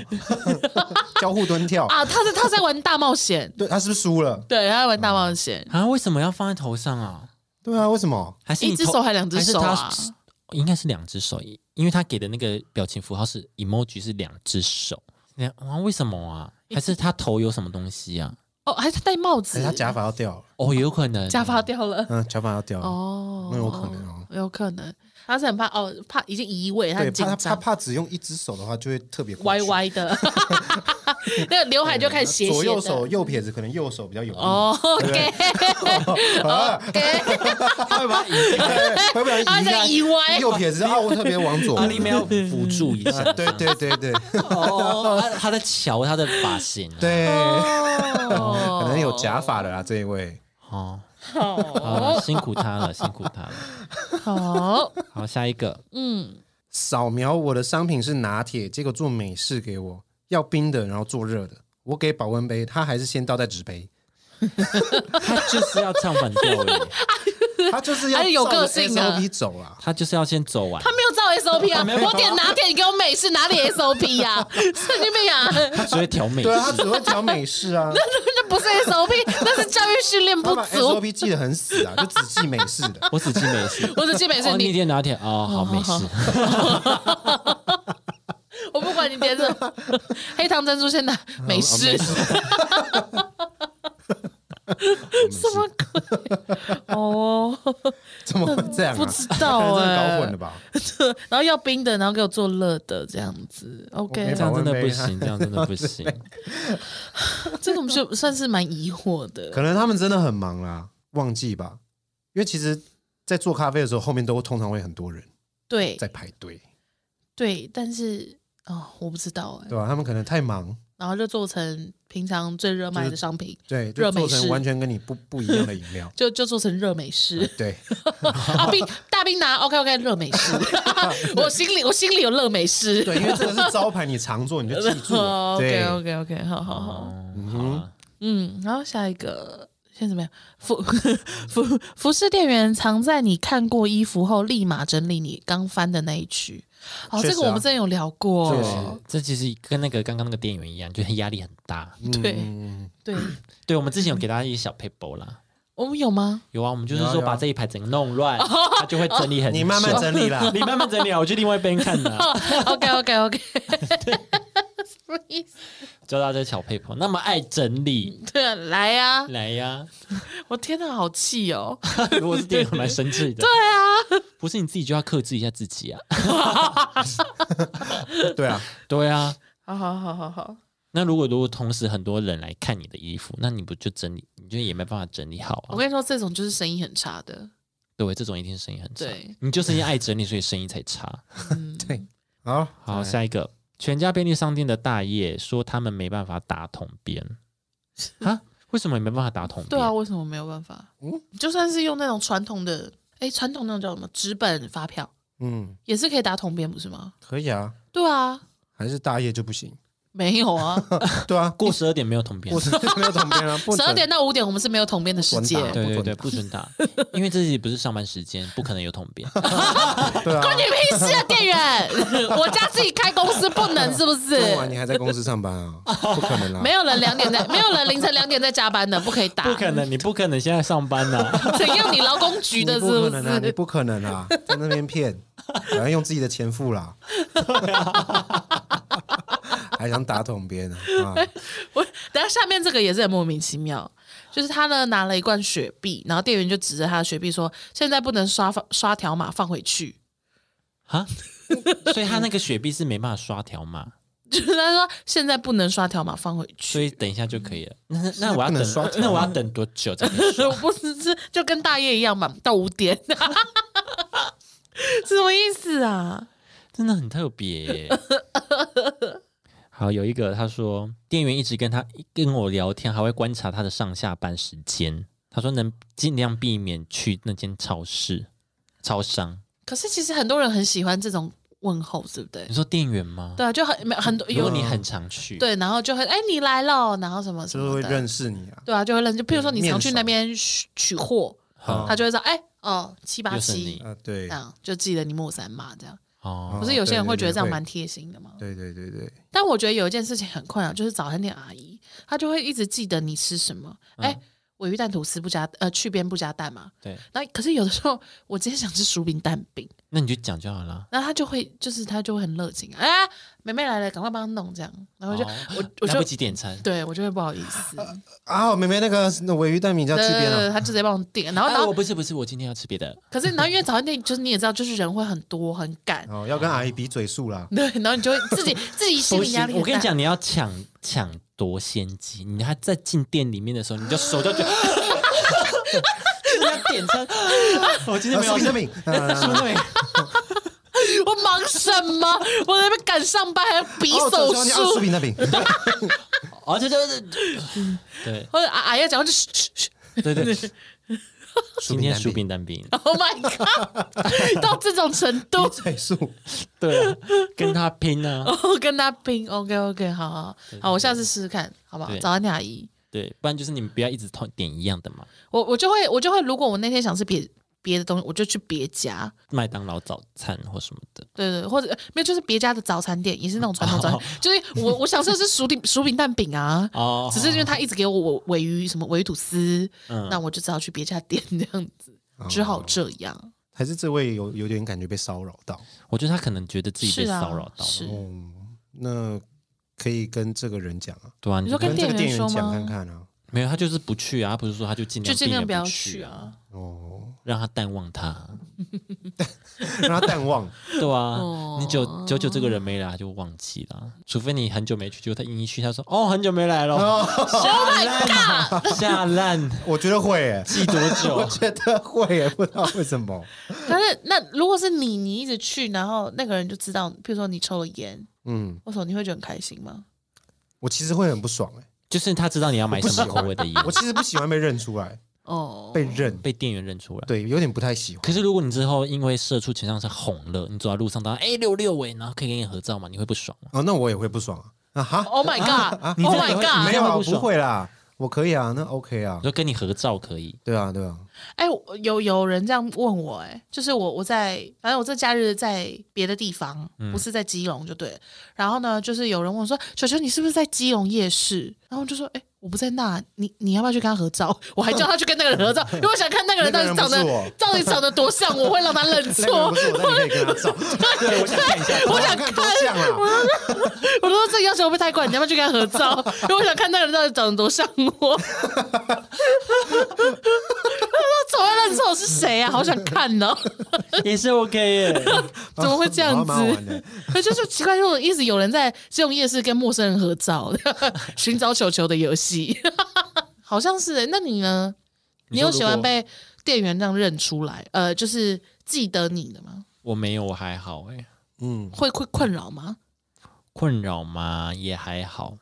[SPEAKER 3] 交互蹲跳？
[SPEAKER 2] 啊！他在他在玩大冒险，
[SPEAKER 3] 对，他是不是输了？
[SPEAKER 2] 对，他在玩大冒险，
[SPEAKER 3] 嗯
[SPEAKER 1] 啊，为什么要放在头上啊？
[SPEAKER 3] 对啊，为什么？
[SPEAKER 1] 还是你
[SPEAKER 2] 一只
[SPEAKER 1] 头
[SPEAKER 2] 手还两只手啊
[SPEAKER 1] 还？是他应该是两只手，因因为他给的那个表情符号是 emoji 是两只手。那啊，为什么啊？还是他头有什么东西啊？
[SPEAKER 2] 哦，还是他戴帽子
[SPEAKER 3] 哎，，他假发要掉了，
[SPEAKER 1] 哦，有可能
[SPEAKER 2] 假发掉了。
[SPEAKER 3] 嗯，假发要掉了，
[SPEAKER 2] 哦，
[SPEAKER 3] 那有可能哦，
[SPEAKER 2] 有可能，他是很怕哦，怕已经移位，他
[SPEAKER 3] 对，
[SPEAKER 2] 很紧
[SPEAKER 3] 怕他怕
[SPEAKER 2] 张，
[SPEAKER 3] 怕只用一只手的话，就会特别过
[SPEAKER 2] 歪
[SPEAKER 3] 去。
[SPEAKER 2] 歪 的，那个刘海就开始斜斜的
[SPEAKER 3] 左右手右撇子，可能右手比较有力。
[SPEAKER 2] 哦，OK， 哦
[SPEAKER 3] 啊， 会吧？ 会不会
[SPEAKER 2] 他在
[SPEAKER 3] 移
[SPEAKER 2] 移歪
[SPEAKER 3] 啊？，右撇子啊，我特别往左。
[SPEAKER 1] 阿力没有辅助一下
[SPEAKER 3] 啊，对对对对
[SPEAKER 1] 哦， 他他在瞧他的发型、啊，，
[SPEAKER 3] 对，
[SPEAKER 2] 哦
[SPEAKER 3] 可能有 假发的啦，这一位。
[SPEAKER 1] 哦，好
[SPEAKER 2] 好
[SPEAKER 1] 了，辛苦他了，辛苦他了。
[SPEAKER 2] 好，
[SPEAKER 1] 好，下一个，
[SPEAKER 2] 嗯，
[SPEAKER 3] 扫描我的商品是拿铁，结果做美式给我，要冰的，然后做热的。我给保温杯，他还是先倒在纸杯，
[SPEAKER 1] 他就是要唱反调耶，
[SPEAKER 3] 他就是 要
[SPEAKER 2] 哎有
[SPEAKER 3] 照着
[SPEAKER 2] 个性啊
[SPEAKER 3] SOP 走啦。
[SPEAKER 1] 他就是要先走完
[SPEAKER 2] 他。没有照 SOP 啊，我点拿铁，你给我美式，哪里 SOP 呀？神经病啊！
[SPEAKER 1] 他只会调美
[SPEAKER 3] 对啊，他
[SPEAKER 1] 式，
[SPEAKER 3] 只会调美式啊，
[SPEAKER 2] 那不是 SOP，那是教育训练
[SPEAKER 3] 他
[SPEAKER 2] 不
[SPEAKER 3] 把
[SPEAKER 2] 足。
[SPEAKER 3] SOP 记得很死 啊，就只记美式的。
[SPEAKER 1] 我只记美式。
[SPEAKER 2] 我只记美式
[SPEAKER 1] 哦，
[SPEAKER 2] 你
[SPEAKER 1] 你点拿铁哦，好美
[SPEAKER 2] 好
[SPEAKER 1] 式。
[SPEAKER 2] 我不管你点什 么，黑糖珍珠鲜奶
[SPEAKER 3] 嗯
[SPEAKER 2] 美式， 什么鬼？ 哦，
[SPEAKER 3] 怎么会这样啊？
[SPEAKER 2] 不知道
[SPEAKER 3] 可能真的
[SPEAKER 2] 欸
[SPEAKER 3] 搞混了吧？
[SPEAKER 2] 然后要冰的，然后给我做热的这样子
[SPEAKER 3] 没
[SPEAKER 2] ，OK，
[SPEAKER 1] 这样真的
[SPEAKER 3] 啊
[SPEAKER 1] 不行，这样真的不 行。
[SPEAKER 2] 这个我们就算是蛮疑惑的。
[SPEAKER 3] 可能他们真的很忙啦，忘记吧？因为其实，在做咖啡的时候，后面都通常会很多人
[SPEAKER 2] 对
[SPEAKER 3] 在排队，
[SPEAKER 2] 对，但是哦，我不知道哎、
[SPEAKER 3] 对吧？他们可能太忙，
[SPEAKER 2] 然后就做成平常最热卖的商品，
[SPEAKER 3] 对，
[SPEAKER 2] 热
[SPEAKER 3] 就
[SPEAKER 2] 美
[SPEAKER 3] 做
[SPEAKER 2] 式
[SPEAKER 3] 成完全跟你不不一样的饮
[SPEAKER 2] 。
[SPEAKER 3] 料
[SPEAKER 2] 就就做成热美式
[SPEAKER 3] 对，
[SPEAKER 2] 啊，冰大冰拿 OK OK 热美 式， 我心里我心里有热美式。
[SPEAKER 3] 对，因为这个是招牌，你常做你就记住了。
[SPEAKER 2] OK
[SPEAKER 3] 对，
[SPEAKER 2] 哦 OK OK，好好好。
[SPEAKER 1] 哦，好啊
[SPEAKER 2] 嗯，然后下一个现在怎么样？服服服饰店员藏在你看过衣服后，立马整理你刚翻的那一区。哦，
[SPEAKER 3] 确实啊
[SPEAKER 2] 这个我们之前有聊
[SPEAKER 3] 确
[SPEAKER 2] 过
[SPEAKER 3] 实，
[SPEAKER 1] 这其实跟那个刚刚那个店员一样，就是压力很大。
[SPEAKER 2] 对
[SPEAKER 3] 嗯，
[SPEAKER 2] 对，
[SPEAKER 1] 对，我们之前有给大家一些小 paper 啦，
[SPEAKER 2] 我们有吗？
[SPEAKER 1] 有啊，我们就是
[SPEAKER 3] 有啊
[SPEAKER 1] 说
[SPEAKER 3] 有啊
[SPEAKER 1] 把这一排整个弄 乱，他就会整理很久。
[SPEAKER 3] 你慢慢整理啦
[SPEAKER 1] 。你慢慢整理啊，我去另外一边看呢。
[SPEAKER 2] OK OK OK，什 么意思？
[SPEAKER 1] 教大家小 paper，那么爱整理，
[SPEAKER 2] 对啊，来呀、
[SPEAKER 1] 来呀！
[SPEAKER 2] 我天哪，好气哦！
[SPEAKER 1] 如果是店员，蛮生气的。对啊，不是你自己就要克制一下自己啊。
[SPEAKER 3] 对啊，
[SPEAKER 1] 对啊，
[SPEAKER 2] 好好好好好，
[SPEAKER 1] 那如果如果同时很多人来看你的衣服，那你不就整理，你就也没办法整理好
[SPEAKER 2] 我
[SPEAKER 1] 啊。
[SPEAKER 2] 跟你说，这种就是生意很差的。
[SPEAKER 1] 对，这种一定生意很差。
[SPEAKER 2] 对，
[SPEAKER 1] 你就是因为爱整理，所以生意才差。
[SPEAKER 2] 嗯，
[SPEAKER 3] 对，好，
[SPEAKER 1] 好，
[SPEAKER 3] 再来
[SPEAKER 1] 下一个，全家便利商店的大业说他们没办法打统 编啊？为什么没办法打统编？
[SPEAKER 2] 对啊，为什么没有办法？
[SPEAKER 3] 嗯
[SPEAKER 2] 就算是用那种传统的，哎，传统那种叫什么纸本发票，
[SPEAKER 3] 嗯，
[SPEAKER 2] 也是可以打统编，不是吗？
[SPEAKER 3] 可以啊，
[SPEAKER 2] 对啊，
[SPEAKER 3] 还是大业就不行。
[SPEAKER 2] 没有啊，
[SPEAKER 3] 对啊，
[SPEAKER 1] 过十二点没有统编
[SPEAKER 3] 我，是没有统编啊，不
[SPEAKER 2] 十
[SPEAKER 3] 准
[SPEAKER 2] 二点到五点我们是没有统编的时间。
[SPEAKER 3] 文档
[SPEAKER 1] 对对
[SPEAKER 3] 不准
[SPEAKER 1] 对，
[SPEAKER 3] 打
[SPEAKER 1] 不准打，因为这也不是上班时间，不可能有统编。
[SPEAKER 3] 对啊
[SPEAKER 2] 关，你屁事啊，店员！ 我家自己开公司不能是不是？
[SPEAKER 3] 这么晚你还在公司上班 啊？不可能啦，
[SPEAKER 2] 没有人两点在，没有人凌晨两点在加班的，不可以打。
[SPEAKER 1] 不可能，你不可能现在上班呐、
[SPEAKER 2] 怎样？你劳工局的
[SPEAKER 3] 你
[SPEAKER 2] 是
[SPEAKER 3] 不
[SPEAKER 2] 不
[SPEAKER 3] 可能啊，你
[SPEAKER 2] 是？
[SPEAKER 3] 不可能啊，在那边 骗，还要用自己的钱付啦， 还想打桶边呢啊？
[SPEAKER 2] 我等一下下面这个也是很莫名其妙，就是他呢拿了一罐雪碧，然后店员就指着他的雪碧说：“现在不能刷放刷条码放回去。
[SPEAKER 1] 啊，所以他那个雪碧是没办法刷条码，”
[SPEAKER 2] 就是他说现在不能刷条码放回去，
[SPEAKER 1] 所以等一下就可以了。那那我要
[SPEAKER 3] 不能
[SPEAKER 1] 等
[SPEAKER 3] 刷条，码
[SPEAKER 1] 那我要等多久才能刷？
[SPEAKER 2] 我不是是就跟大业一样嘛，到五点， 什么意思啊？
[SPEAKER 1] 真的很特别耶。好，有一个他说，店员一直跟他跟我聊天，还会观察他的上下班时间。他说能尽量避免去那间超市、超商。
[SPEAKER 2] 可是其实很多人很喜欢这种问候，对不对
[SPEAKER 1] 你？说店员吗？
[SPEAKER 2] 对啊，就很没有很多
[SPEAKER 1] 如
[SPEAKER 2] 有
[SPEAKER 1] 果你很常去，，
[SPEAKER 2] 对，然后就会哎、你来了，然后什么什
[SPEAKER 3] 就是
[SPEAKER 2] 么
[SPEAKER 3] 会
[SPEAKER 2] 的，
[SPEAKER 3] 认识你啊，
[SPEAKER 2] 对啊，就会认。就譬如说你
[SPEAKER 3] 面
[SPEAKER 2] 常去
[SPEAKER 3] 熟
[SPEAKER 2] 那边取取货，
[SPEAKER 1] 好
[SPEAKER 2] 他就会说哎、哦七八
[SPEAKER 1] 嗯又是
[SPEAKER 2] 七
[SPEAKER 1] 你
[SPEAKER 3] 啊，对
[SPEAKER 2] 这，样，就记得你莫三嘛这样。
[SPEAKER 1] 哦
[SPEAKER 2] 不是有些人会觉得这样
[SPEAKER 3] 对对对
[SPEAKER 2] 蛮贴心的嘛？
[SPEAKER 3] 对对对对，
[SPEAKER 2] 但我觉得有一件事情很困扰，就是早餐店阿姨，她就会一直记得你吃什么。
[SPEAKER 1] 嗯
[SPEAKER 2] 哎、尾鱼蛋吐司不加呃去边不加蛋嘛？
[SPEAKER 1] 对，
[SPEAKER 2] 那可是有的时候我今天想吃薯饼蛋饼，
[SPEAKER 1] 那你就讲就好了。
[SPEAKER 2] 然后她就会就是她就会很热情，哎、妹妹来了，赶快帮她弄这样。然后就、
[SPEAKER 1] 哦
[SPEAKER 2] 我我
[SPEAKER 1] 来不
[SPEAKER 2] 就
[SPEAKER 1] 及点餐，
[SPEAKER 2] 对我就会不好意 思，
[SPEAKER 3] 啊，妹妹那个那尾鱼蛋饼叫
[SPEAKER 2] 对
[SPEAKER 3] 这
[SPEAKER 2] 对
[SPEAKER 3] 边
[SPEAKER 2] 对，
[SPEAKER 3] 啊，
[SPEAKER 2] 她就直接帮我 点。然后然
[SPEAKER 1] 啊，我
[SPEAKER 2] 后、
[SPEAKER 1] 不是不是，我今天要吃别的。
[SPEAKER 2] 可是然后因为早餐店就是你也知道，就是人会很多很赶，
[SPEAKER 3] 哦，要跟阿姨比嘴数啦，
[SPEAKER 2] 对，然后你就会自 己自己心
[SPEAKER 1] 不
[SPEAKER 2] 理
[SPEAKER 1] 行
[SPEAKER 2] 压力，很大。
[SPEAKER 1] 我跟你讲，你要抢抢夺先机。你还在进店里面的时候，你就手 就觉得，人家点餐，我今天
[SPEAKER 3] 啊
[SPEAKER 1] 没有
[SPEAKER 3] 薯
[SPEAKER 1] 吃
[SPEAKER 3] 饼蛋饼，啊
[SPEAKER 1] 是不是没有
[SPEAKER 2] 我忙什么？我在那边赶上班还要比
[SPEAKER 3] 哦
[SPEAKER 2] 手
[SPEAKER 3] 手
[SPEAKER 2] 速
[SPEAKER 3] 术，饼那饼，
[SPEAKER 1] 而且就是，对
[SPEAKER 2] 或者阿阿要讲话就嘘嘘嘘
[SPEAKER 1] 对对，今天 薯
[SPEAKER 3] 薯饼
[SPEAKER 1] 饼蛋饼，
[SPEAKER 2] ，Oh my god，到这种程度，
[SPEAKER 3] 嘴数，
[SPEAKER 1] 对啊，跟他拼啊，
[SPEAKER 2] 我跟他拼，OK OK，好好好，我下次试试看，好不好？
[SPEAKER 1] 对
[SPEAKER 2] 早安，阿姨，
[SPEAKER 1] 对，不然就是你们不要一直同点一样的嘛。
[SPEAKER 2] 我我就会我就会，如果我那天想吃别别的东西，我就去别家，
[SPEAKER 1] 麦当劳早餐或什么的，
[SPEAKER 2] 对对，或者呃没有就是别家的早餐店，也是那种传统早餐，就是我我想吃的是薯饼 薯饼蛋饼啊。
[SPEAKER 1] 哦
[SPEAKER 2] 只是因为他一直给我我尾鱼什么尾鱼吐司，
[SPEAKER 1] 嗯哦
[SPEAKER 2] 那我就只好去别家店这样子，只好这样。
[SPEAKER 3] 还是这位有有点感觉被骚扰到，
[SPEAKER 1] 我觉得他可能觉得自己被
[SPEAKER 2] 是啊
[SPEAKER 1] 骚扰到
[SPEAKER 2] 是
[SPEAKER 1] 了，哦
[SPEAKER 3] 嗯，那可以跟这个人讲啊，
[SPEAKER 1] 对啊，
[SPEAKER 2] 你
[SPEAKER 1] 你
[SPEAKER 2] 说
[SPEAKER 1] 就
[SPEAKER 2] 跟
[SPEAKER 1] 跟
[SPEAKER 3] 跟这个
[SPEAKER 2] 店
[SPEAKER 3] 店
[SPEAKER 2] 员
[SPEAKER 3] 员
[SPEAKER 2] 说
[SPEAKER 3] 讲
[SPEAKER 2] 吗
[SPEAKER 3] 看看啊，
[SPEAKER 1] 没有，他就是不去啊，他不是说他就尽
[SPEAKER 2] 就
[SPEAKER 1] 量
[SPEAKER 2] 尽量
[SPEAKER 1] 避免
[SPEAKER 2] 不要去
[SPEAKER 1] 去
[SPEAKER 2] 啊。
[SPEAKER 3] 哦，
[SPEAKER 1] 让他淡忘他，
[SPEAKER 3] 让他淡忘。
[SPEAKER 1] 对啊，
[SPEAKER 2] 哦
[SPEAKER 1] 你久久久这个人没来他就忘记了，除非你很久没去，就他一去他说哦很久没来了， 下烂下烂，
[SPEAKER 3] 我觉得会、 欸，
[SPEAKER 1] 记多久
[SPEAKER 3] 我？觉得会、欸，不知道为什么。
[SPEAKER 2] 可是那如果是你，你一直去，然后那个人就知道，譬如说你抽了烟，
[SPEAKER 3] 嗯，
[SPEAKER 2] 为什么你会觉得很开心吗？
[SPEAKER 3] 我其实会很不爽、欸，
[SPEAKER 1] 就是他知道你要买什么口味的烟，
[SPEAKER 3] 我其实不喜欢被认出来，
[SPEAKER 2] 哦，
[SPEAKER 3] 被认，
[SPEAKER 1] 被店员认出来。
[SPEAKER 3] 对，有点不太喜欢。
[SPEAKER 1] 可是如果你之后因为社畜情商是红了，你走在路上，他哎六六尾，然后可以跟你合照嘛，你会不爽吗？
[SPEAKER 3] 哦，那我也会不爽啊。啊哈，
[SPEAKER 2] Oh my god！Oh
[SPEAKER 1] 你这样
[SPEAKER 2] my
[SPEAKER 1] 也会
[SPEAKER 3] 没
[SPEAKER 2] god！
[SPEAKER 1] 你
[SPEAKER 3] 有
[SPEAKER 1] 会
[SPEAKER 3] 啊，
[SPEAKER 1] 不爽
[SPEAKER 3] 不会啦，我可以啊，那 OK 啊
[SPEAKER 1] 我，说跟你合照可以，
[SPEAKER 3] 对啊，对啊，
[SPEAKER 2] 哎，我有有人这样问我，哎，就是我我在，反正我这假日在别的地方，
[SPEAKER 3] 嗯
[SPEAKER 2] 不是在基隆就对了。然后呢，就是有人问我说：“球球，你是不是在基隆夜市？”然后我就说：“哎，我不在那，你你要不要去跟他合照？” 我还叫他去跟那个人 合照，因为我想看那个人到底
[SPEAKER 3] 那
[SPEAKER 2] 长
[SPEAKER 3] 个人不是
[SPEAKER 2] 得
[SPEAKER 3] 我
[SPEAKER 2] 到底长得多像，我会让他认
[SPEAKER 3] 那个人
[SPEAKER 2] 错
[SPEAKER 3] 不。是我，那你可以跟他照。对，我想看一下，
[SPEAKER 2] 我想
[SPEAKER 3] 看多像啊。
[SPEAKER 2] 我说这个要求会不会太怪？你要不要去跟他合照？因为我想看那个人到底长得多像我。他说怎么会认错我是谁啊？好想看哦！
[SPEAKER 1] 也是 OK 耶。
[SPEAKER 2] 怎么会这样
[SPEAKER 3] 好哦蛮好
[SPEAKER 2] 子
[SPEAKER 3] 玩的？
[SPEAKER 2] 可就是奇怪，就一直有人在这种夜市跟陌生人合照，寻找球球的游戏，好像是、欸。那你呢？你
[SPEAKER 1] 你
[SPEAKER 2] 有
[SPEAKER 1] 说
[SPEAKER 2] 喜
[SPEAKER 1] 如
[SPEAKER 2] 欢
[SPEAKER 1] 果
[SPEAKER 2] 被店员这样认出来？呃，就是记得你的吗？
[SPEAKER 1] 我没有，我还好哎，
[SPEAKER 3] 嗯，
[SPEAKER 2] 会会困扰吗？
[SPEAKER 1] 困扰嘛也还好，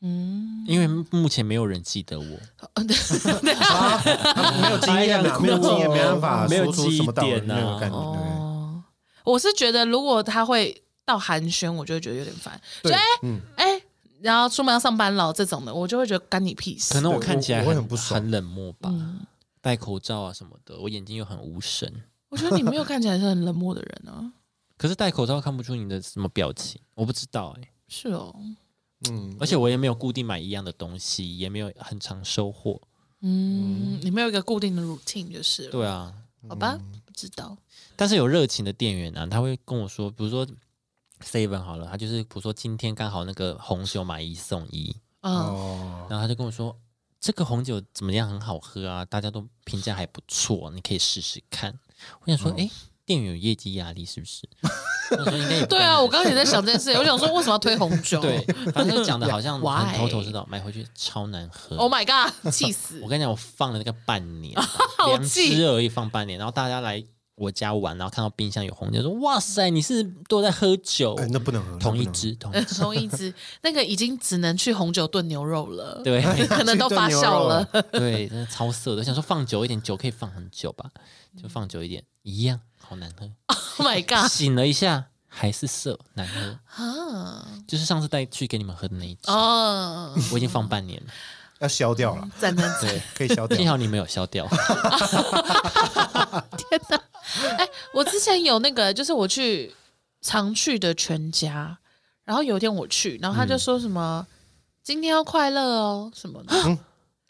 [SPEAKER 2] 嗯，
[SPEAKER 1] 因为目前没有人记得我。
[SPEAKER 3] 没有经验啊，没有经验，没办法
[SPEAKER 1] 没有
[SPEAKER 3] 说出什么道理，
[SPEAKER 1] 基点啊
[SPEAKER 3] 没有感觉。对
[SPEAKER 2] 哦，我是觉得如果他会到寒暄，我就会觉得有点烦。就
[SPEAKER 3] 对
[SPEAKER 2] 哎
[SPEAKER 3] 嗯，
[SPEAKER 2] 哎、然后出门要上班了这种的，我就会觉得干你屁事。
[SPEAKER 1] 可能我
[SPEAKER 3] 对
[SPEAKER 1] 看
[SPEAKER 3] 我
[SPEAKER 1] 起来
[SPEAKER 3] 我会
[SPEAKER 1] 很
[SPEAKER 3] 很不爽
[SPEAKER 1] 冷漠吧，
[SPEAKER 2] 嗯
[SPEAKER 1] 戴口罩啊什么的，我眼睛又很无神。
[SPEAKER 2] 我觉得你没有看起来是很冷漠的人 啊。
[SPEAKER 1] 可是戴口罩看不出你的什么表情，我不知道哎、
[SPEAKER 2] 是哦，
[SPEAKER 3] 嗯，
[SPEAKER 1] 而且我也没有固定买一样的东西，也没有很常收获。
[SPEAKER 2] 嗯，你没有一个固定的 routine 就是了，
[SPEAKER 1] 对啊，
[SPEAKER 2] 好吧？不知道，
[SPEAKER 1] 但是有热情的店员啊，他会跟我说，比如说 seven 好了，他就是比如说今天刚好那个红酒买一送一，
[SPEAKER 2] 嗯
[SPEAKER 3] 哦，
[SPEAKER 1] 然后他就跟我说这个红酒怎么样，很好喝啊，大家都评价还不错，你可以试试看。我想说，哎、店员有业绩压力是不是？ 我说应该也不
[SPEAKER 2] 对
[SPEAKER 1] 关
[SPEAKER 2] 啊，
[SPEAKER 1] 你
[SPEAKER 2] 我刚刚也在想这件事，我想说为什么要推红 酒？
[SPEAKER 1] 对，反正就 讲的好像
[SPEAKER 2] Why？
[SPEAKER 1] 很头头是道，买回去超难喝。
[SPEAKER 2] ，Oh my god，气死
[SPEAKER 1] 我！跟你讲，我放了那个半年，
[SPEAKER 2] 好
[SPEAKER 1] 两
[SPEAKER 2] 气
[SPEAKER 1] 只而已，放半年，然后大家来我家玩，然后看到冰箱有红酒，说哇塞，你是都在喝酒？
[SPEAKER 3] 哎，那不能喝，那
[SPEAKER 1] 同一
[SPEAKER 3] 不能喝
[SPEAKER 1] 只，同一只，
[SPEAKER 2] 同一只那个已经只能去红酒炖牛肉了，，
[SPEAKER 1] 对
[SPEAKER 2] 可能都发酵了。
[SPEAKER 1] 对，真的超色的。想说放久一点，酒可以放很久吧，就放久一点，一样好难喝。
[SPEAKER 2] Oh my god，
[SPEAKER 1] 醒了一下还是涩，难喝，
[SPEAKER 2] 啊，
[SPEAKER 1] 就是上次带去给你们喝的那一只，
[SPEAKER 2] 哦，
[SPEAKER 1] 我已经放半年了，
[SPEAKER 3] 要消掉了，
[SPEAKER 2] 赞赞赞！
[SPEAKER 1] 对，
[SPEAKER 3] 可以消
[SPEAKER 1] 幸
[SPEAKER 3] 掉。
[SPEAKER 1] 好你没有消掉。
[SPEAKER 2] 哎， 我之前有那个，就是我去常去的全家，然后有一天我去，然后他就说什么、今天要快乐哦什么的，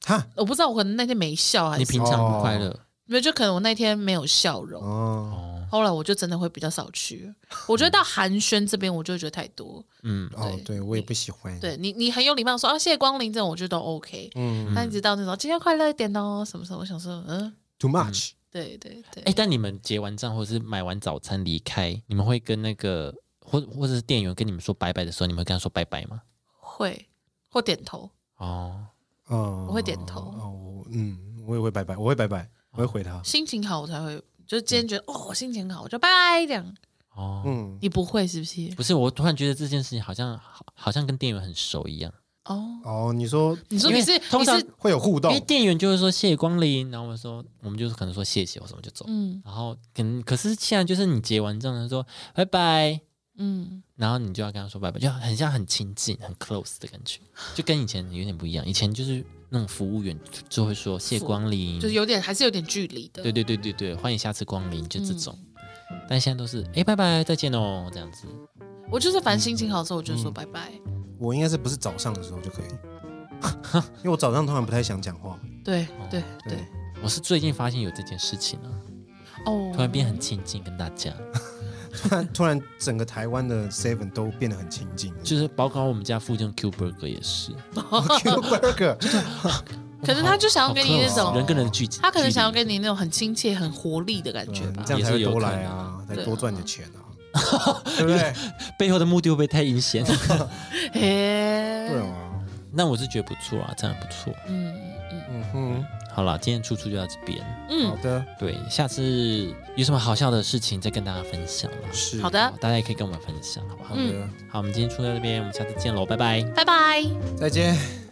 [SPEAKER 3] 哈，
[SPEAKER 2] 我不知道我可能那天没笑还
[SPEAKER 1] 你
[SPEAKER 2] 是
[SPEAKER 1] 平常不快乐，
[SPEAKER 2] 没有，就可能我那天没有笑容。
[SPEAKER 3] 哦，
[SPEAKER 2] 后来我就真的会比较少去，我觉得到寒暄这边我就会觉得太多。
[SPEAKER 1] 嗯，
[SPEAKER 3] 哦，对我也不喜欢。，
[SPEAKER 2] 对你，你很有礼貌说啊谢谢光临这种，我觉得都 OK。
[SPEAKER 3] 嗯
[SPEAKER 2] 但一直到那种今天快乐一点哦什么什么，我想说嗯，
[SPEAKER 3] ，too much，
[SPEAKER 2] 对对对。
[SPEAKER 1] 哎、但你们结完账或者是买完早餐离开，你们会跟那个或或者是店员跟你们说拜拜的时候，你们会跟他说拜拜吗？
[SPEAKER 2] 会或点头，
[SPEAKER 1] 哦，
[SPEAKER 3] 哦，
[SPEAKER 2] 我会点头哦
[SPEAKER 3] 哦，我嗯，我也会拜拜，我会拜拜，我会回他。
[SPEAKER 2] 心情好我才会，就是今天觉得、
[SPEAKER 1] 嗯
[SPEAKER 2] 哦我心情好，我就拜这样。
[SPEAKER 1] 哦，
[SPEAKER 3] 嗯，
[SPEAKER 2] 你不会是不是？
[SPEAKER 1] 不是，我突然觉得这件事情好像好，好像跟店员很熟一样，
[SPEAKER 2] 哦，
[SPEAKER 3] 哦，你说
[SPEAKER 2] 你说
[SPEAKER 1] 因为
[SPEAKER 2] 你是
[SPEAKER 1] 通
[SPEAKER 2] 你
[SPEAKER 1] 常
[SPEAKER 2] 是
[SPEAKER 3] 会有互
[SPEAKER 1] 因
[SPEAKER 3] 动
[SPEAKER 1] 为，店员就会说谢谢光临，然后我说我们就是可能说谢谢或什么就走，
[SPEAKER 2] 嗯
[SPEAKER 1] 然后可能可是现在就是你结完账他说拜拜，
[SPEAKER 2] 嗯，
[SPEAKER 1] 然后你就要跟他说拜拜，就很像很亲近、很 close 的感觉，就跟以前有点不一样。以前就是那种服务员就就会说谢谢光临，
[SPEAKER 2] 就是有点还是有点距离的。嗯
[SPEAKER 1] 对对对对对，欢迎下次光临，就这种。但现在都是哎、拜拜，再见哦，这样子。
[SPEAKER 2] 我就是反正心情好之后我就
[SPEAKER 1] 嗯
[SPEAKER 2] 说拜拜。
[SPEAKER 1] 哦
[SPEAKER 3] 我应该是不是早上的时候 就可以，因为我早上通常不太想讲话。
[SPEAKER 2] 对对对，
[SPEAKER 1] 我是最近发现有这件事情啊，
[SPEAKER 2] 哦，
[SPEAKER 1] 突然变很亲近跟大家，
[SPEAKER 2] 嗯
[SPEAKER 3] 突然突然整个台湾的 Seven 都变得很亲近了，
[SPEAKER 1] 就是包括我们家附近的 Q Burger 也是，
[SPEAKER 2] 哦
[SPEAKER 3] Q Burger
[SPEAKER 2] 可能他就想要跟你那
[SPEAKER 1] 好 close，
[SPEAKER 2] 种，
[SPEAKER 1] 人跟人的聚集，
[SPEAKER 2] 他可能想要
[SPEAKER 1] 距离
[SPEAKER 2] 跟你那种很亲切、很活力的感觉
[SPEAKER 3] 对
[SPEAKER 2] 吧。
[SPEAKER 3] 嗯这样才会多来啊，
[SPEAKER 2] 也是有可能
[SPEAKER 3] 才多赚点钱 啊，对不对？
[SPEAKER 1] 背后的目的会不会太阴险？
[SPEAKER 2] 嗯
[SPEAKER 1] 啊
[SPEAKER 2] 嘿，
[SPEAKER 3] 对啊，
[SPEAKER 1] 那我是觉得不错啊，这样不错。
[SPEAKER 3] 嗯哼，
[SPEAKER 1] 好了，今天出处就到这边。
[SPEAKER 2] 嗯
[SPEAKER 3] 好的，
[SPEAKER 1] 对，下次有什么好笑的事情再跟大家分享啦。
[SPEAKER 3] 是
[SPEAKER 2] 好，的嗯
[SPEAKER 1] 好，嗯大家也可以跟我们分享，好不好？
[SPEAKER 3] 好的，
[SPEAKER 1] 好，我们今天出到这边，我们下次见喽，拜拜。
[SPEAKER 2] 拜拜。
[SPEAKER 3] 再见。